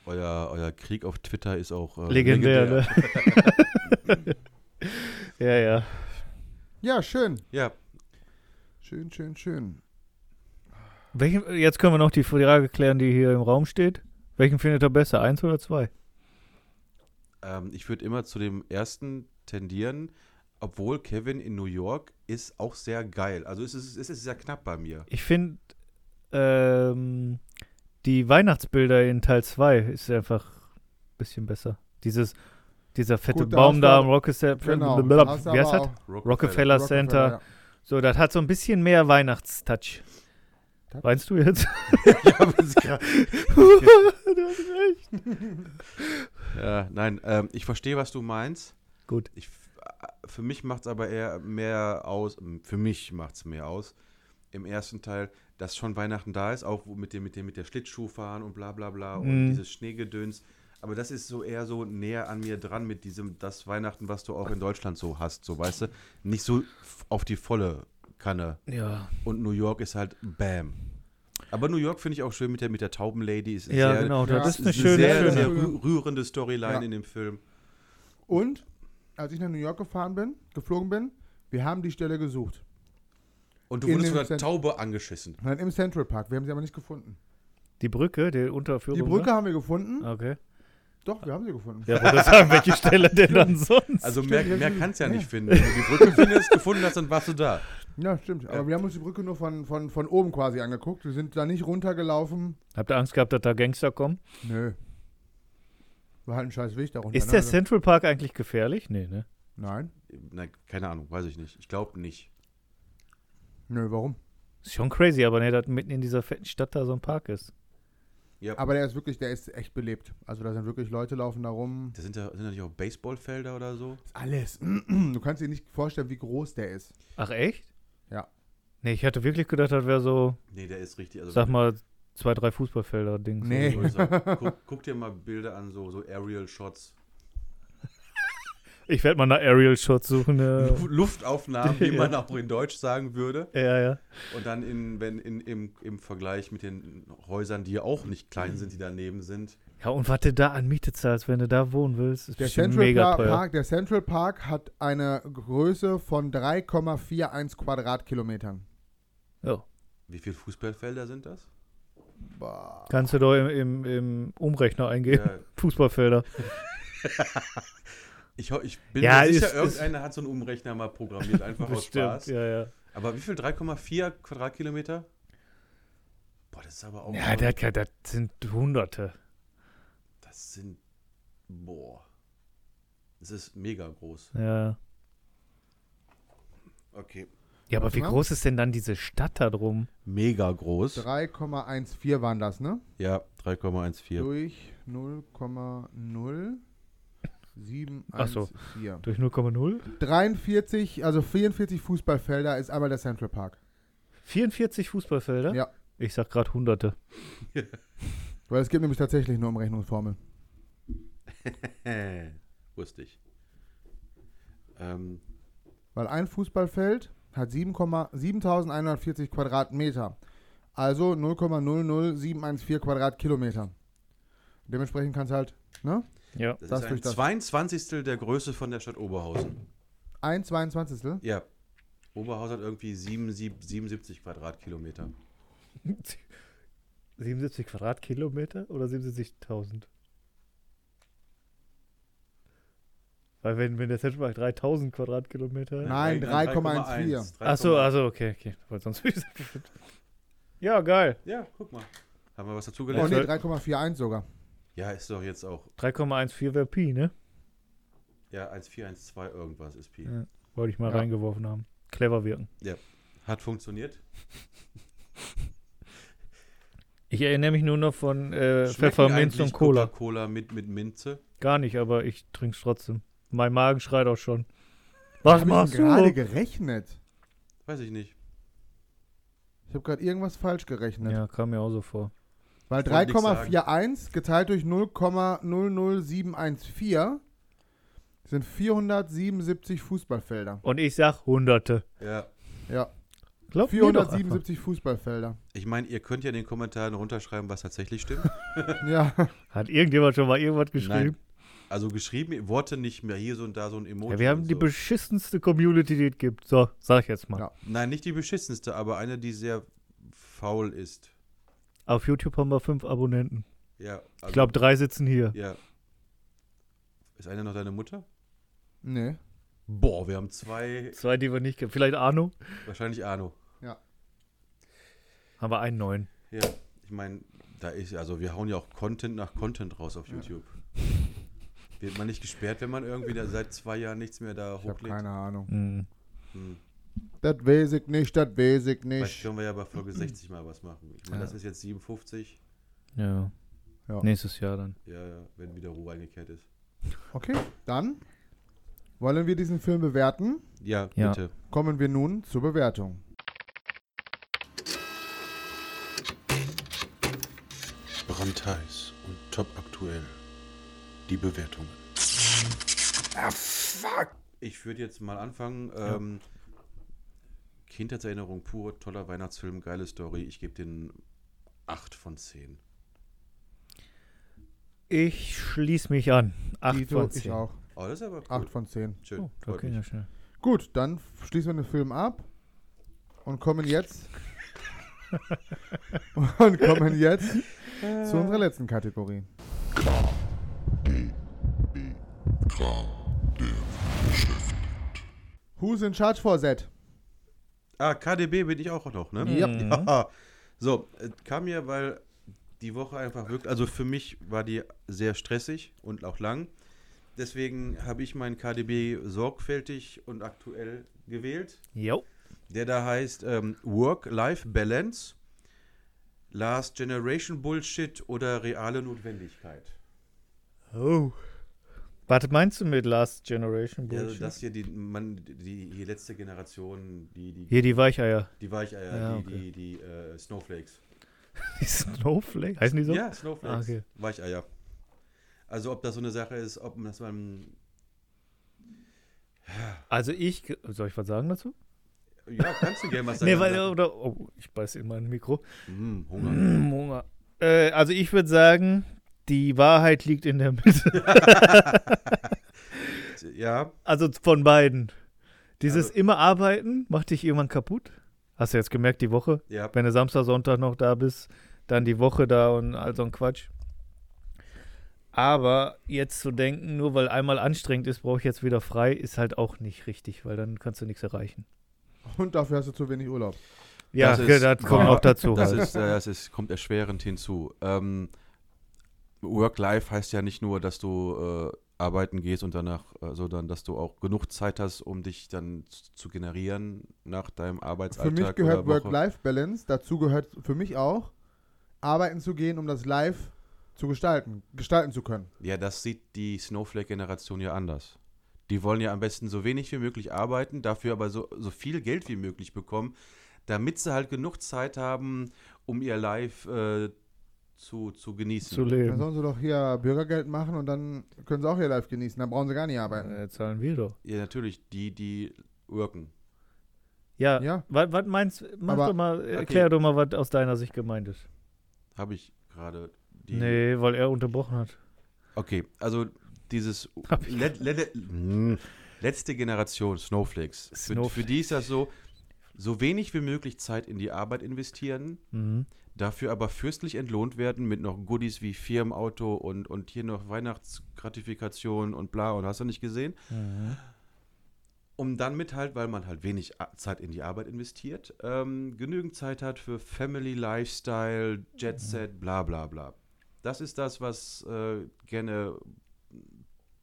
Euer, euer Krieg auf Twitter ist auch äh,
Legendär, ne? ja, ja.
Ja, schön.
Ja,
Schön, schön, schön.
Welchen, jetzt können wir noch die Frage klären, die hier im Raum steht. Welchen findet er besser, eins oder zwei?
ähm, ich würde immer zu dem ersten tendieren, obwohl Kevin in New York ist auch sehr geil. Also es ist, es ist sehr knapp bei mir.
Ich finde, ähm, die Weihnachtsbilder in Teil 2 ist einfach ein bisschen besser. Dieses, dieser fette
Gut, da
Baum
hast
da
du-
am Rockefeller,
Genau. Hast
wie
aber
heißt das?
auch
Rockefeller Center.
Rockefeller,
So, das hat so ein bisschen mehr Weihnachtstouch.
Touch?
Weinst du jetzt?
Ja,
du hast recht.
Ja, nein, ähm, ich verstehe, was du meinst.
Gut.
Ich, f- äh, für mich macht es aber eher mehr aus, m, für mich macht es mehr aus, im ersten Teil, dass schon Weihnachten da ist, auch wo- mit dem, mit dem, mit der Schlittschuhfahren und bla bla bla und
Mhm.
dieses Schneegedöns. Aber das ist so eher so näher an mir dran mit diesem, das Weihnachten, was du auch in Deutschland so hast, so weißt du, nicht so f- auf die volle Kanne.
Ja,
Und New York ist halt Bam. Aber New York finde ich auch schön mit der, mit der Taubenlady. Ist
ja
sehr,
genau,
ja,
das ist
das
eine
ist
schöne,
eine sehr,
schöne.
sehr rü- rührende Storyline
Ja.
in dem Film.
ja. Und, als ich nach New York gefahren bin, geflogen bin, wir haben die Stelle gesucht.
Und du
In
wurdest
dem
von einer
Cent-
Taube angeschissen.
Nein, im Central Park. Wir haben sie aber nicht gefunden.
Die Brücke, die Unterführung.
Die Brücke haben wir gefunden.
ne? Okay.
Doch, wir haben sie gefunden.
Ja, wollte sagen, welche Stelle denn dann sonst?
Also mehr,
Stimmt,
mehr
wir-
kannst du ja
ja.
nicht finden. Wenn du die Brücke findest, gefunden hast, dann warst du da.
Ja, stimmt. Aber
Ja.
wir haben uns die Brücke nur von, von, von oben quasi angeguckt. Wir sind da nicht runtergelaufen.
Habt ihr Angst gehabt, dass da Gangster kommen?
Genau,
Nö. War halt ein scheiß Weg darunter.
Ist
ne?
der
Also-
Central Park eigentlich gefährlich? Nee, ne?
Nein.
Nein, keine Ahnung, weiß ich nicht. Ich glaube nicht.
Nö, warum?
Ist schon crazy, aber ne, dass mitten in dieser fetten Stadt da so ein Park ist.
Aber der ist wirklich, der ist echt belebt. Also da sind wirklich Leute laufen da rum.
Da sind ja sind da nicht auch Baseballfelder oder so.
Ist alles. Du kannst dir nicht vorstellen, wie groß der ist.
Ach, echt?
Ja.
Nee, ich hatte wirklich gedacht, das wäre so,
Nee, der ist richtig. Also
sag mal, zwei, drei Fußballfelder-Dings.
Nee.
größer. Guck, guck dir mal Bilder an, so, so Aerial Shots.
Ich werde mal nach Aerial Shots suchen. Äh.
Lu- Luftaufnahmen, wie man auch in Deutsch sagen würde.
ja, ja.
Und dann in, wenn, in, im, im Vergleich mit den Häusern, die ja auch nicht klein sind, die daneben sind.
Ja, und was du da an Miete zahlst, wenn du da wohnen willst, ist
Der
bestimmt
Central,
mega
Par-
teuer.
Park, der Central Park hat eine Größe von 3,41 Quadratkilometern.
Ja.
Wie viele Fußballfelder sind das?
Boah.
Kannst du doch im, im, im Umrechner eingeben.
Ja.
Fußballfelder.
Ich, ho- ich bin
Ja,
mir sicher,
ist- ist-
irgendeiner hat so einen Umrechner mal programmiert, einfach aus
Bestimmt,
Spaß.
ja, ja.
Aber wie viel? 3,4 Quadratkilometer? Boah, das ist aber
Oh
auch.
Ja,
so-
das, kann- das sind Hunderte.
das sind. Boah. Das ist mega groß.
Ja.
Okay.
Ja, aber
Warte
wie
mal.
groß ist denn dann diese Stadt da drum?
Mega groß.
3,14 waren das, ne?
Ja, 3,14.
Durch 0,0714.
Ach so. Durch 0,0?
43, also 44 Fußballfelder ist einmal der Central Park.
44 Fußballfelder?
Ja.
Ich sag gerade Hunderte.
Weil es gibt nämlich tatsächlich eine Umrechnungsformel.
Äh, Wusste ich. Ähm,
Weil ein Fußballfeld hat 7, 7140 Quadratmeter. Also 0,00714 Quadratkilometer. Dementsprechend kannst du halt, ne?
Ja.
das
Das
ist
durch
ein
das.
22. der Größe von der Stadt Oberhausen.
1 22.
Ja. Oberhausen hat irgendwie 7, 7, 77 Quadratkilometer.
77 Quadratkilometer oder 77.000? Weil wenn, wenn der Central Park 3000 Quadratkilometer hat.
Nein, 3,14.
3,14.
Achso, also okay, okay. Weil sonst Ja, geil.
Ja, guck mal. Haben wir was
Oh
dazugelernt?
ne, 3,41 sogar.
Ja, ist doch jetzt auch.
3,14 wäre Pi, ne?
Ja, 1412 irgendwas ist Pi.
Ja. Wollte ich mal
Ja.
reingeworfen haben. Clever wirken.
Hat funktioniert.
Ich erinnere mich nur noch von äh,
Schmecken
Pfefferminz und
eigentlich
Cola.
Coca-Cola mit, mit Minze.
Gar nicht, aber ich trinke es trotzdem. Mein Magen schreit auch schon. Was
Hab ich
machst
denn gerade
du?
gerechnet?
Weiß ich nicht.
Ich habe gerade irgendwas falsch gerechnet.
Ja, kam mir auch so vor.
Weil
Ich wollte nix
3,41 geteilt durch 0,00714 sind 477 Fußballfelder.
Und ich sag Hunderte.
Ja.
Ja,
Glaubt mir doch einfach.
477 Fußballfelder.
Ich meine, ihr könnt ja in den Kommentaren runterschreiben, was tatsächlich stimmt.
Ja,
Hat irgendjemand schon mal irgendwas geschrieben?
Also geschrieben, Worte nicht mehr hier so und da so ein Emoji.
Ja, wir haben
und
die
oh, so.
beschissenste Community, die es gibt. So, sag ich jetzt mal.
Ja.
Nein, nicht die beschissenste, aber eine, die sehr faul ist.
Auf YouTube haben wir fünf Abonnenten.
Ja. Also,
Ich glaube, drei sitzen hier.
Ja. Ist eine noch deine Mutter?
nee.
Boah, wir haben zwei.
Zwei, die wir nicht kennen. Vielleicht Arno?
Wahrscheinlich Arno.
Haben wir einen neuen.
Ja. Ich meine, da ist also wir hauen ja auch Content nach Content raus auf YouTube. Wird man nicht gesperrt, wenn man irgendwie da seit zwei Jahren nichts mehr da
Ich habe
hochlädt?
keine Ahnung.
Hm.
Hm.
Das weiß ich nicht, das weiß ich
Vielleicht
nicht.
können wir ja bei Folge 60 mal was machen. Ich meine,
Ja.
das ist jetzt 57.
Ja.
Ja.
Nächstes Jahr dann.
Ja, ja, wenn wieder Ruhe eingekehrt ist.
Okay, dann wollen wir diesen Film bewerten.
Ja,
Ja.
bitte.
Kommen wir nun zur Bewertung.
Brandheiß und top aktuell. Die Bewertungen.
Ah, Ich würde jetzt mal anfangen. Ähm, Kindheitserinnerung pur, toller Weihnachtsfilm, geile Story. Ich gebe den 8 von 10.
Ich schließe mich an. Acht
Dito,
von zehn.
Ich auch.
Oh, das ist aber cool.
8 von 10.
Schön.
Ah. Oh, da
freut
ging ja
mich.
schnell.
Gut, dann f- schließen wir den Film ab und kommen jetzt. und kommen jetzt zu unserer letzten Kategorie. Who's in charge for that?
Ah, KDB bin ich auch noch, ne?
Ja.
Ja. So, äh, kam mir, weil die Woche einfach wirklich, also für mich war die sehr stressig und auch lang. Deswegen habe ich meinen KDB sorgfältig und aktuell gewählt.
Jo.
Der da heißt ähm, Work-Life-Balance, Last Generation Bullshit oder reale Notwendigkeit.
Oh. Was meinst du mit Last Generation
Ja,
Bullshit?
Also das hier, die, man, die, die letzte Generation, die, die,
hier die Weicheier.
die Weicheier,
Ja,
die,
okay.
die, die äh, Snowflakes.
Die Snowflake? Heißen die so?
Ja, Snowflakes.
Ah, okay.
Weicheier. Also ob das so eine Sache ist, ob man das man.
Also ich. ge- Soll ich was sagen dazu?
Ja, kannst du gerne was sagen.
Nee, weil. äh, Oder, oh, ich beiß in mein Mikro.
Hm, Hunger.
Mm, Hunger. Äh, also ich würde sagen, die Wahrheit liegt in der Mitte.
Ja,
Also von beiden. Dieses
Also-
immer arbeiten macht dich irgendwann kaputt. Hast du jetzt gemerkt, die Woche?
ja.
Wenn du Samstag, Sonntag noch da bist, dann die Woche da und all so ein Quatsch. Aber jetzt zu denken, nur weil einmal anstrengend ist, brauche ich jetzt wieder frei, ist halt auch nicht richtig, weil dann kannst du nichts erreichen.
Und dafür hast du zu wenig Urlaub.
Ja,
Das
das,
ist-
kommt auch dazu.
Das,
halt.
ist, äh, das ist, kommt erschwerend hinzu. Ähm, Work-Life heißt ja nicht nur, dass du äh, arbeiten gehst und danach, äh, sondern dass du auch genug Zeit hast, um dich dann zu, zu generieren nach deinem
Für
Arbeitsalltag.
mich
oder
gehört
Woche.
Work-Life-Balance, dazu gehört für mich auch, arbeiten zu gehen, um das Live zu gestalten, gestalten zu können.
Ja, das sieht die Snowflake-Generation ja anders. Die wollen ja am besten so wenig wie möglich arbeiten, dafür aber so, so viel Geld wie möglich bekommen, damit sie halt genug Zeit haben, um ihr Live äh, zu, zu genießen.
zu
Dann
leben.
sollen sie doch hier Bürgergeld machen und dann können sie auch ihr Live genießen, dann brauchen sie gar nicht arbeiten.
Äh, zahlen wir doch.
ja, natürlich, die, die worken.
Ja,
Ja.
was was meinst mach
Aber-
doch mal, erklär doch mal, was aus deiner Sicht gemeint ist.
Habe ich gerade die.
nee, weil er unterbrochen hat.
Okay, also dieses
Hab ich-
let, let, let, Mm. letzte Generation Snowflakes. Für, für
Snowflakes.
die ist das so, so wenig wie möglich Zeit in die Arbeit investieren,
Mhm.
dafür aber fürstlich entlohnt werden mit noch Goodies wie Firmenauto und, und hier noch Weihnachtsgratifikation und bla und hast du nicht gesehen. Mhm. Um dann mit halt, weil man halt wenig A- Zeit in die Arbeit investiert, ähm, genügend Zeit hat für Family, Lifestyle, Jet Set, bla bla bla. Das ist das, was äh, gerne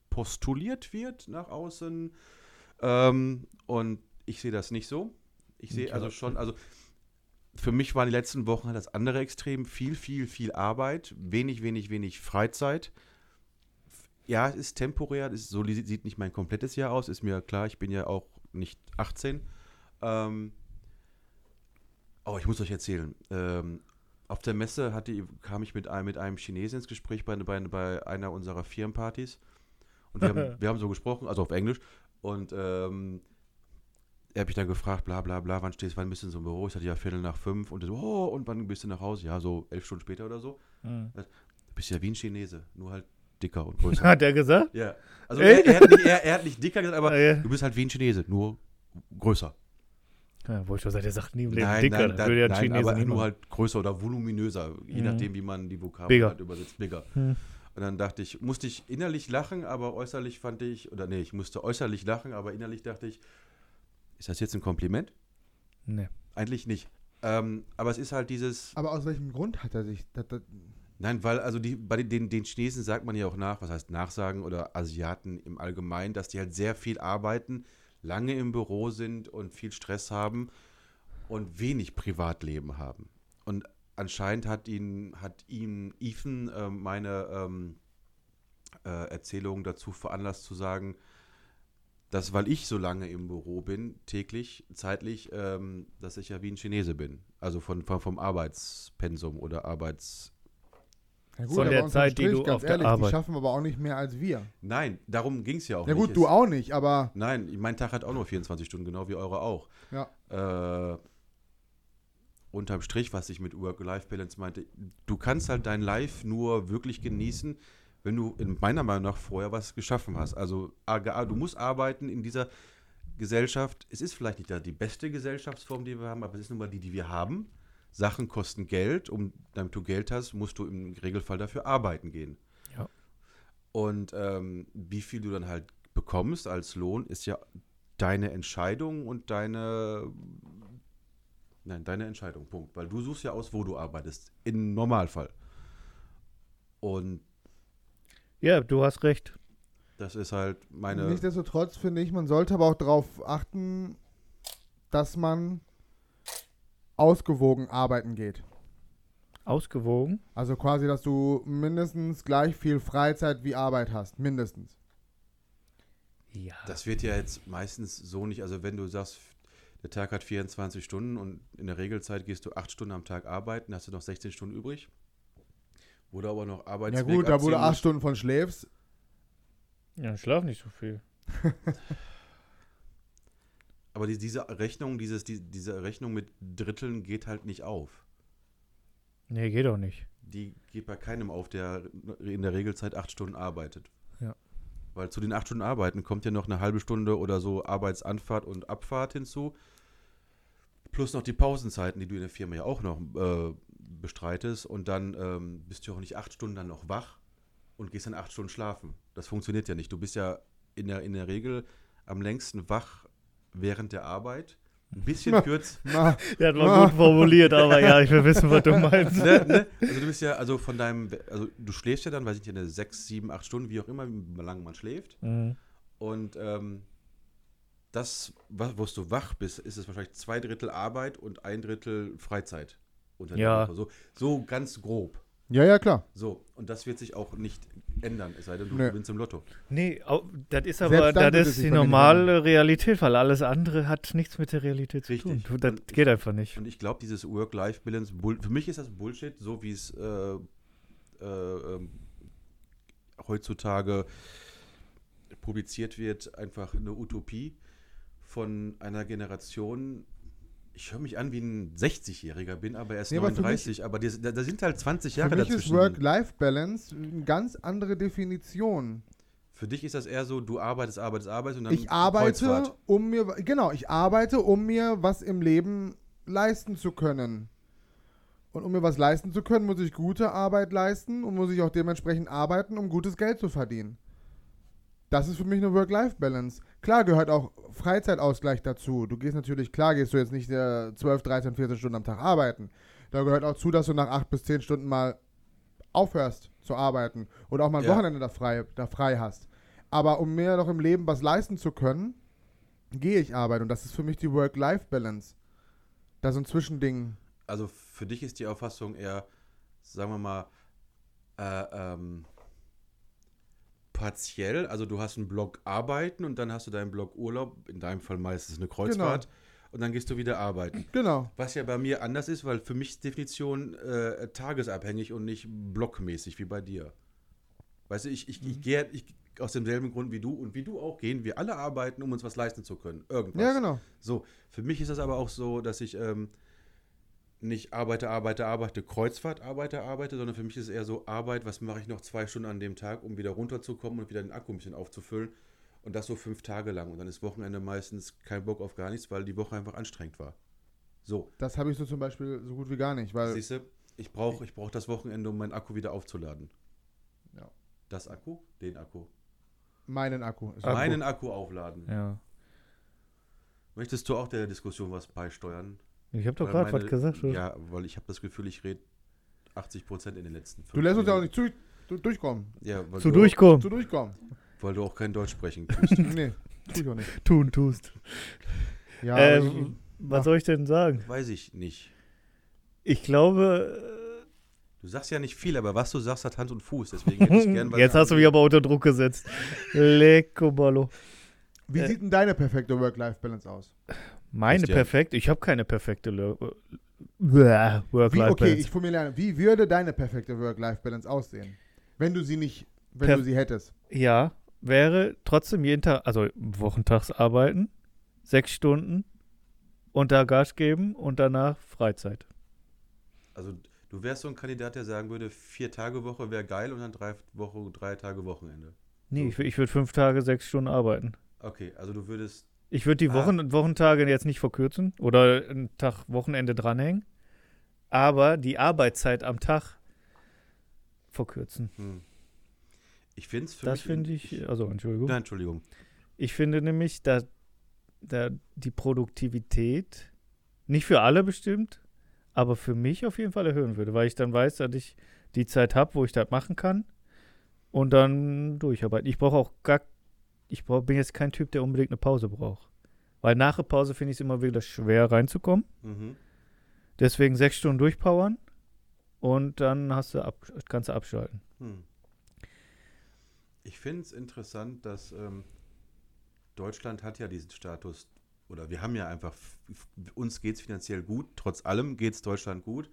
postuliert wird nach außen. Ähm, und ich sehe das nicht so. Ich sehe
Ja.
also schon, also für mich waren die letzten Wochen halt das andere Extrem. Viel, viel, viel Arbeit, wenig, wenig, wenig Freizeit. Ja, es ist temporär, es ist, so li- sieht nicht mein komplettes Jahr aus, ist mir klar, ich bin ja auch nicht 18. Ähm, oh, ich muss euch erzählen. Ähm, auf der Messe hatte, kam ich mit einem, mit einem Chinesen ins Gespräch bei, bei, bei einer unserer Firmenpartys. Und wir haben, wir haben so gesprochen, also auf Englisch. Und ähm, er hat mich dann gefragt, bla bla bla, wann stehst du, wann bist du in so einem Büro? Ich hatte ja Viertel nach fünf und er so, oh, und wann bist du nach Hause? Ja, so elf Stunden später oder so.
Mhm.
Du bist ja wie ein Chinese, nur halt dicker und größer.
Hat er gesagt?
ja. Also er, er, hat nicht, er, er hat nicht dicker gesagt, aber
Ah, ja.
du bist halt wie ein Chinese, nur größer.
Ja, wollte ich schon sagen, der sagt nie im Leben
Nein,
dicker.
nein,
das
da,
würde ja ein
nein
Chinesen
aber
nie
nur
machen.
halt größer oder voluminöser, je
Mhm.
nachdem, wie man die Vokabeln
Bigger.
halt übersetzt. Bigger.
Mhm.
Und dann dachte ich, musste ich innerlich lachen, aber äußerlich fand ich, oder nee, ich musste äußerlich lachen, aber innerlich dachte ich, ist das jetzt ein Kompliment?
Nee.
Eigentlich nicht. Ähm, aber es ist halt dieses,
Aber aus welchem Grund hat er sich. Das, das,
Nein, weil also die, bei den- den, den Chinesen sagt man ja auch nach, was heißt Nachsagen oder Asiaten im Allgemeinen, dass die halt sehr viel arbeiten, lange im Büro sind und viel Stress haben und wenig Privatleben haben. Und anscheinend hat ihn, hat ihm Ethan äh, meine ähm, äh, Erzählung dazu veranlasst zu sagen, dass weil ich so lange im Büro bin, täglich, zeitlich, ähm, dass ich ja wie ein Chinese bin. Also von, von, vom Arbeitspensum oder Arbeits...
ja
Von
aber
der
unterm
Zeit, die du auf der
die
Arbeit-
schaffen aber auch nicht mehr als wir.
Nein, darum ging es ja auch
Ja
nicht.
gut,
Es-
du auch nicht, aber
Nein, ich- mein Tag hat auch nur 24 Stunden, genau wie eure auch.
ja.
Äh, unterm Strich, was ich mit Work-Life-Balance meinte, du kannst halt dein Life nur wirklich genießen, wenn du in meiner Meinung nach vorher was geschaffen hast. Also a- a- du musst arbeiten in dieser Gesellschaft. Es ist vielleicht nicht da die beste Gesellschaftsform, die wir haben, aber es ist nun mal die, die wir haben. Sachen kosten Geld. Um damit du Geld hast, musst du im Regelfall dafür arbeiten gehen.
Ja.
Und ähm, wie viel du dann halt bekommst als Lohn, ist ja deine Entscheidung und deine Nein, deine Entscheidung, Punkt. Weil du suchst ja aus, wo du arbeitest. Im Normalfall. Und
Ja, du hast recht.
das ist halt meine.
Nichtsdestotrotz finde ich, man sollte aber auch darauf achten, dass man ausgewogen arbeiten geht.
Ausgewogen.
Also quasi, dass du mindestens gleich viel Freizeit wie Arbeit hast. Mindestens.
Ja.
das wird ja jetzt meistens so nicht. Also, wenn du sagst, der Tag hat 24 Stunden und in der Regelzeit gehst du 8 Stunden am Tag arbeiten, hast du noch 16 Stunden übrig. Wo du aber noch
Ja
Arbeitsweg
gut, da wo du
abziehen
acht
musst.
Stunden von schläfst,
ja, schlaf nicht so viel.
Aber die, diese Rechnung, dieses, die, diese Rechnung mit Dritteln geht halt nicht auf.
Nee, geht auch nicht.
die geht bei keinem auf, der in der Regelzeit acht Stunden arbeitet.
Ja.
Weil zu den acht Stunden Arbeiten kommt ja noch eine halbe Stunde oder so Arbeitsanfahrt und Abfahrt hinzu. Plus noch die Pausenzeiten, die du in der Firma ja auch noch äh, bestreitest und dann ähm, bist du auch nicht acht Stunden dann noch wach und gehst dann acht Stunden schlafen. Das funktioniert ja nicht. Du bist ja in der, in der Regel am längsten wach während der Arbeit. Ein bisschen kürzer.
Ma,
Der hat mal gut formuliert, aber ja, ich will wissen, was du meinst.
ne, ne? Also du bist ja, also von deinem, also du schläfst ja dann, weiß ich nicht, eine sechs, sieben, acht Stunden, wie auch immer, wie lange man schläft.
Mhm.
Und ähm, das, wa- wo du wach bist, ist es wahrscheinlich zwei Drittel Arbeit und ein Drittel Freizeit. Unter der
Ja.
Woche. So, so ganz grob.
ja, ja, klar.
So, und das wird sich auch nicht ändern, es sei denn, du
Nö.
gewinnst im Lotto.
Nee, au- das ist aber,
Selbst dann würde es
das ist
sich
die
bei mir nicht
normale Realität, weil alles andere hat nichts mit der Realität zu
Richtig.
tun. Das
Und ich-
geht einfach nicht.
Und ich glaube, dieses Work-Life-Balance, Bull- für mich ist das Bullshit, so wie es äh, äh, ähm, heutzutage publiziert wird, einfach eine Utopie von einer Generation. Ich höre mich an wie ein 60-Jähriger bin, aber erst
Nee, aber für
39. Aber, die- da, da sind halt 20
Für
Jahre
mich ist
dazwischen.
Work-Life-Balance eine ganz andere Definition.
für dich ist das eher so, du arbeitest, arbeitest, arbeitest und dann
Ich arbeite,
Kreuzfahrt.
um mir, genau, ich arbeite, um mir was im Leben leisten zu können. Und um mir was leisten zu können, muss ich gute Arbeit leisten und muss ich auch dementsprechend arbeiten, um gutes Geld zu verdienen. Das ist für mich eine Work-Life-Balance. Klar gehört auch Freizeitausgleich dazu. Du gehst natürlich, klar gehst du jetzt nicht äh, 12, 13, 14 Stunden am Tag arbeiten. Da gehört auch zu, dass du nach 8 bis 10 Stunden mal aufhörst zu arbeiten oder auch mal ein
Ja.
Wochenende da frei, da frei hast. Aber um mir noch im Leben was leisten zu können, gehe ich arbeiten. Und das ist für mich die Work-Life-Balance. Da so ein Zwischending.
Also für dich ist die Auffassung eher, sagen wir mal, äh, ähm, partiell. Also du hast einen Block Arbeiten und dann hast du deinen Block Urlaub, in deinem Fall meistens eine Kreuzfahrt, und dann gehst du wieder arbeiten.
Genau.
Was ja bei mir anders ist, weil für mich ist Definition äh, tagesabhängig und nicht blockmäßig wie bei dir. Weißt du, ich, ich, ich gehe ich, aus demselben Grund wie du und wie du auch gehen wir alle arbeiten, um uns was leisten zu können. Irgendwas.
Ja, genau.
So, für mich ist das aber auch so, dass ich ähm, nicht arbeite, arbeite, arbeite, Kreuzfahrt arbeite, arbeite, sondern für mich ist es eher so Arbeit, was mache ich noch zwei Stunden an dem Tag, um wieder runterzukommen und wieder den Akku ein bisschen aufzufüllen. Und das so fünf Tage lang. Und dann ist Wochenende meistens kein Bock auf gar nichts, weil die Woche einfach anstrengend war. So,
Das habe ich so zum Beispiel so gut wie gar nicht,
Äh.
weil
siehst du, ich brauche ich brauch das Wochenende, um meinen Akku wieder aufzuladen.
Ja.
Das Akku? Den Akku.
meinen Akku. Ist
Akku.
Meinen Akku aufladen.
Ja.
Möchtest du auch der Diskussion was beisteuern?
Ich habe doch
Weil
gerade was
meine-
gesagt. oder?
Ja, weil ich habe das Gefühl, ich rede 80 Prozent in den letzten fünf
Du lässt uns ja auch
Minuten.
nicht zu, du, durchkommen.
Ja, weil
Zu
Zu
du
durchkommen,
durchkommen.
Auch, weil du auch kein Deutsch sprechen kannst.
nee, tu ich auch nicht.
tun tust.
Ja,
Ähm,
mach.
was soll ich denn sagen?
Weiß ich nicht.
Ich glaube,
Du sagst ja nicht viel, aber was du sagst, hat Hand und Fuß. Deswegen hätte ich gern was
Jetzt hast du mich
anderes.
aber unter Druck gesetzt. Lecco Ballo.
wie
äh,
sieht denn deine perfekte Work-Life-Balance aus?
Meine
Christian.
perfekt? Ich habe keine perfekte Le- Bäh,
Wie, okay,
Work-Life-Balance.
ich formuliere eine. Wie würde deine perfekte Work-Life-Balance aussehen? Wenn du sie nicht, wenn
Perf-
du sie hättest.
ja, wäre trotzdem jeden Tag, also wochentags arbeiten, sechs Stunden, und da Gas geben und danach Freizeit.
Also, du wärst so ein Kandidat, der sagen würde, vier Tage Woche wäre geil und dann drei, Woche, drei Tage Wochenende.
Nee, ich, wür- ich würde fünf Tage, sechs Stunden arbeiten.
Okay, also du würdest.
Ich würde die
Ah.
Wochen Wochentage jetzt nicht verkürzen oder einen Tag Wochenende dranhängen, aber die Arbeitszeit am Tag verkürzen.
Hm. Ich finde es für
Das
mich.
finde ich, also Entschuldigung.
Nein, Entschuldigung.
Ich finde nämlich, da, da die Produktivität nicht für alle bestimmt, aber für mich auf jeden Fall erhöhen würde, weil ich dann weiß, dass ich die Zeit habe, wo ich das machen kann und dann durcharbeiten. Ich brauche auch gar, ich brauch, bin jetzt kein Typ, der unbedingt eine Pause braucht. Weil nach der Pause finde ich es immer wieder schwer reinzukommen.
Mhm.
Deswegen sechs Stunden durchpowern und dann hast du ab, kannst du abschalten.
Hm. Ich finde es interessant, dass ähm, Deutschland hat ja diesen Status, oder wir haben ja einfach, f- f- uns geht es finanziell gut, trotz allem geht es Deutschland gut,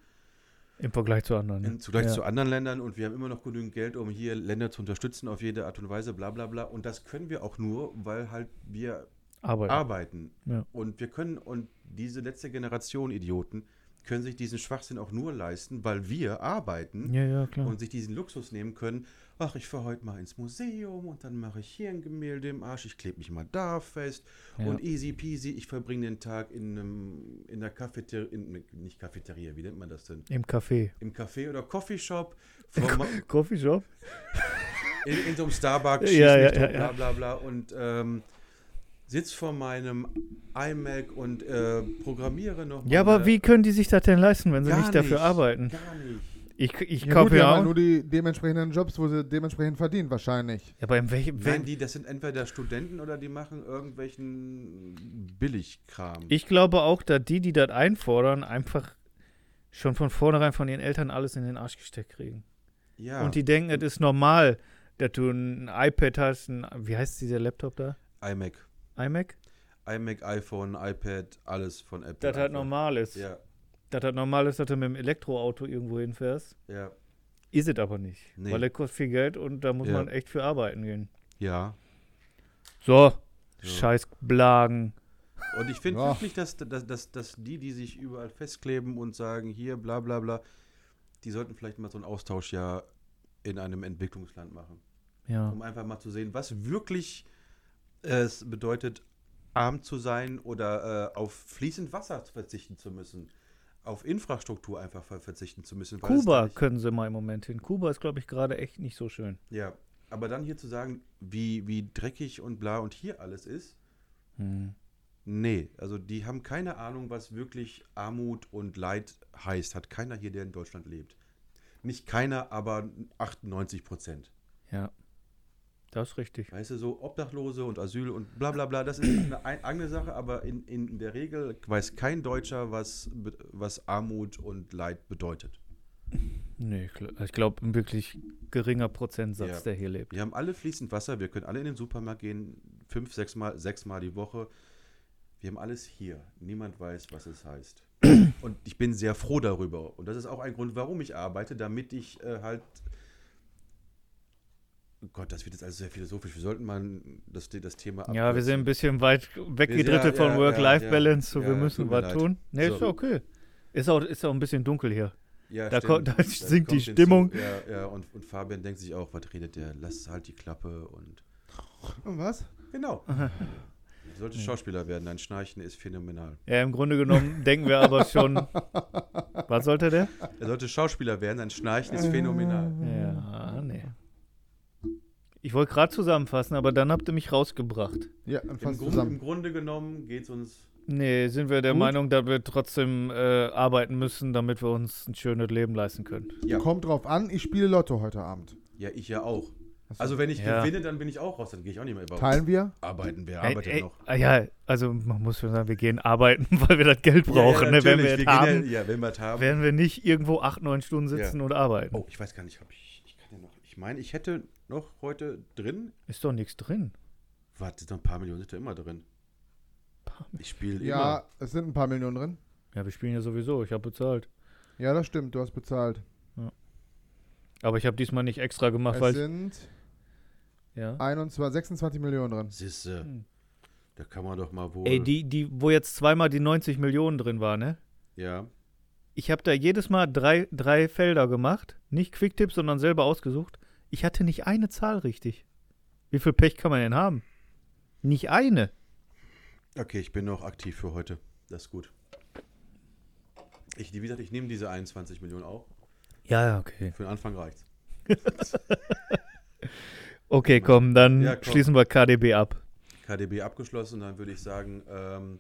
Im Vergleich zu anderen. ne?
im Vergleich
ja.
zu anderen Ländern und wir haben immer noch genügend Geld, um hier Länder zu unterstützen auf jede Art und Weise, bla bla bla. Und das können wir auch nur, weil halt wir
Arbeiten.
arbeiten.
Ja.
Und wir können, und diese letzte Generation Idioten können sich diesen Schwachsinn auch nur leisten, weil wir arbeiten
ja, ja, klar.
und sich diesen Luxus nehmen können. ach, ich fahre heute mal ins Museum und dann mache ich hier ein Gemälde im Arsch, ich klebe mich mal da fest
Ja.
und easy peasy, ich verbringe den Tag in, einem, in der Cafeteria, in, nicht Cafeteria, wie nennt man das denn?
Im Café.
Im Café oder Coffeeshop, vor, ma-
Coffeeshop?
in, in so einem Starbucks,
Ja,
schieß
ja,
mich
ja,
tot,
ja.
bla bla bla und ähm, sitz vor meinem iMac und äh, programmiere noch
Ja,
mal
aber
eine-
wie können die sich das denn leisten, wenn sie
Äh. Gar
nicht dafür arbeiten?
Gar nicht.
Ich, ich
Ja, gut,
kaufe
die haben
ja
ja
auch.
nur die dementsprechenden Jobs, wo sie dementsprechend verdienen, wahrscheinlich.
Ja, aber in welchem.
Nein,
Wenn,
die, das sind entweder Studenten oder die machen irgendwelchen Billigkram.
ich glaube auch, dass die, die das einfordern, einfach schon von vornherein von ihren Eltern alles in den Arsch gesteckt kriegen.
ja,
Und die denken, es ist normal, dass du ein iPad hast, ein, wie heißt dieser Laptop da?
iMac.
iMac?
iMac, iPhone, iPad, alles von Apple.
Dass das
einfach.
normal ist.
Ja,
Dass das normal ist, dass du mit dem Elektroauto irgendwo hinfährst.
ja,
Ist es aber nicht.
Nee.
Weil das kostet viel Geld und da muss
Ja.
man echt für arbeiten gehen.
ja.
So, scheiß Blagen.
Und ich finde
Ja.
wirklich, dass, dass, dass, dass die, die sich überall festkleben und sagen, hier, bla bla bla, die sollten vielleicht mal so einen Austausch ja in einem Entwicklungsland machen.
Ja.
um einfach mal zu sehen, was wirklich äh, es bedeutet, arm zu sein oder äh, auf fließend Wasser zu verzichten zu müssen, auf Infrastruktur einfach ver- verzichten zu müssen. weil es
Kuba
gar nicht-
können sie mal im Moment hin. Kuba ist, glaube ich, gerade echt nicht so schön.
Ja, aber dann hier zu sagen, wie, wie dreckig und bla und hier alles ist,
Hm.
nee, also die haben keine Ahnung, was wirklich Armut und Leid heißt. Hat keiner hier, der in Deutschland lebt. Nicht keiner, aber 98 Prozent.
Ja. Das ist richtig.
Weißt du, so Obdachlose und Asyl und bla bla bla, das ist eine ei- eigene Sache, aber in, in der Regel weiß kein Deutscher, was, be- was Armut und Leid bedeutet.
Nee, ich gl- ich glaube, ein wirklich geringer Prozentsatz,
Ja.
der hier lebt.
Wir haben alle fließend Wasser, wir können alle in den Supermarkt gehen, fünf, sechs Mal, sechs Mal die Woche. Wir haben alles hier. Niemand weiß, was es heißt. Und ich bin sehr froh darüber. Und das ist auch ein Grund, warum ich arbeite, damit ich äh, halt. Gott, das wird jetzt alles sehr philosophisch. Wir sollten mal das, das Thema
Ja, wir sind ein bisschen weit
Wir
weggedrittelt
sind-
von
ja, ja,
Work-Life-Balance,
ja,
so
ja,
wir
ja,
müssen
tut mir
was
leid.
tun. Nee, ist
So.
okay. Ist auch, ist auch ein bisschen dunkel hier.
Ja,
Da
stimmt.
kommt- da sinkt
kommt
die
hinzu.
Stimmung.
Ja, ja und, und Fabian denkt sich auch, was redet der? Lass halt die Klappe und.
Und was?
Genau. Du solltest Schauspieler werden, dein Schnarchen ist phänomenal.
Ja, im Grunde genommen denken wir aber schon. was sollte der?
Er sollte Schauspieler werden, dein Schnarchen ist
Äh, Mm.
phänomenal.
Ja, nee. Ich wollte gerade zusammenfassen, aber dann habt ihr mich rausgebracht.
Ja, dann
Im,
fass
Grund, Im
zusammen.
Grunde genommen geht es uns.
Nee, sind wir der
Gut.
Meinung, dass wir trotzdem äh, arbeiten müssen, damit wir uns ein schönes Leben leisten können.
Ja.
Kommt drauf an, ich spiele Lotto heute Abend.
Ja, ich ja auch. Also, wenn ich
Ja.
gewinne, dann bin ich auch raus, dann gehe ich auch nicht mehr über.
Teilen wir?
Arbeiten, wer
Ey,
arbeitet
ey,
noch?
ah, Ja, also man muss schon sagen, wir gehen arbeiten, weil wir das Geld brauchen. ne? Wenn wir
natürlich,
es
gehen
haben,
Ja, ja, wenn wir es haben.
werden wir nicht irgendwo acht, neun Stunden sitzen und arbeiten.
oh, ich weiß gar nicht, ob ich. Ich kann ja noch. Ich meine, ich hätte noch heute drin.
Ist doch nichts drin.
Warte, noch ein paar Millionen sind da immer drin. Ich spiele immer.
Ja, es sind ein paar Millionen drin.
Ja, wir spielen ja sowieso, ich habe bezahlt.
Ja, das stimmt, du hast bezahlt.
Aber ich habe diesmal nicht extra gemacht,
es
weil.
sind
Ja.
Ah,
21, 26 Millionen drin.
Sisse.
Hm.
Da kann man doch mal wohl.
Ey, die, die, wo jetzt zweimal die 90 Millionen drin war, ne?
ja.
Ich habe da jedes Mal drei, drei Felder gemacht. Nicht Quicktip, sondern selber ausgesucht. Ich hatte nicht eine Zahl richtig. Wie viel Pech kann man denn haben? Nicht eine.
Okay, ich bin noch aktiv für heute. Das ist gut. Ich, wie gesagt, ich nehme diese 21 Millionen auch.
Ja, ja, okay.
Für den Anfang reicht's.
Okay, komm, dann
Ja, komm.
schließen wir KDB ab.
KDB abgeschlossen, dann würde ich sagen, ähm,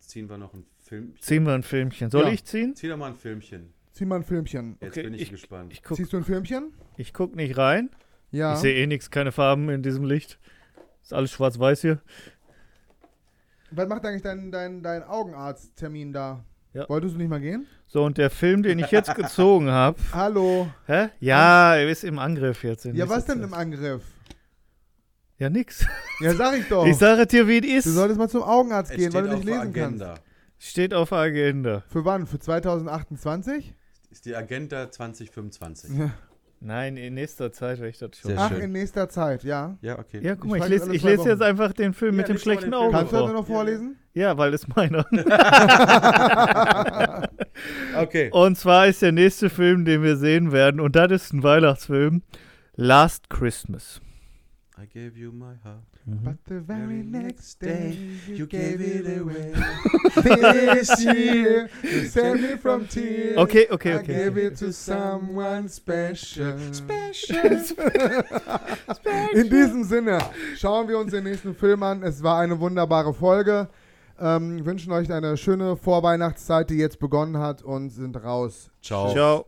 ziehen wir noch ein Filmchen.
Ziehen wir ein Filmchen. Soll
Ja.
ich ziehen?
Zieh doch mal ein Filmchen.
Zieh mal ein Filmchen.
Jetzt
Okay,
bin ich,
ich-
gespannt.
Ich guck,
Ziehst du ein Filmchen?
ich guck nicht rein.
Ja.
Ich sehe eh nichts, keine Farben in diesem Licht. Ist alles schwarz-weiß hier.
Was macht eigentlich dein, dein, dein Augenarzttermin da?
Ja.
Wolltest du nicht mal gehen?
So, und der Film, den ich jetzt gezogen habe.
Hallo.
Hä? Ja, er ist im Angriff jetzt. in
Ja,
nächster
was denn
Zeit.
im Angriff?
Ja, nix.
Ja, sag ich doch.
Ich sage es dir, wie es
Oh. du
ist.
solltest mal zum Augenarzt
Es
gehen, weil
steht
du nicht
auf der
lesen kannst.
Agenda.
Steht auf der Agenda.
Für wann? Für 2028?
Ist die Agenda 2025.
Mhm.
Nein, in nächster Zeit werde ich das schon.
Sehr
Ach,
schön.
in nächster Zeit, ja.
Ja, okay.
Ja, guck mal,
Ich
ich
frag
lese
alle
ich
zwei
lese jetzt
Wochen.
einfach den Film
Ja,
mit dem
lies mal den
schlechten
Film.
Auge
Kannst du das
vor.
noch vorlesen?
Ja, weil es meiner.
Okay.
Oh.
Und zwar ist der nächste Film, den wir sehen werden, und das ist ein Weihnachtsfilm, Last Christmas.
I gave you my heart.
But the very next day you
you
gave
gave
it
it
away. This year you saved me from tears.
Okay, okay,
I gave
okay.
it to someone special. Special. In diesem Sinne schauen wir uns den nächsten Film an. Es war eine wunderbare Folge. Ähm, wünschen euch eine schöne Vorweihnachtszeit, die jetzt begonnen hat und sind raus.
Ciao.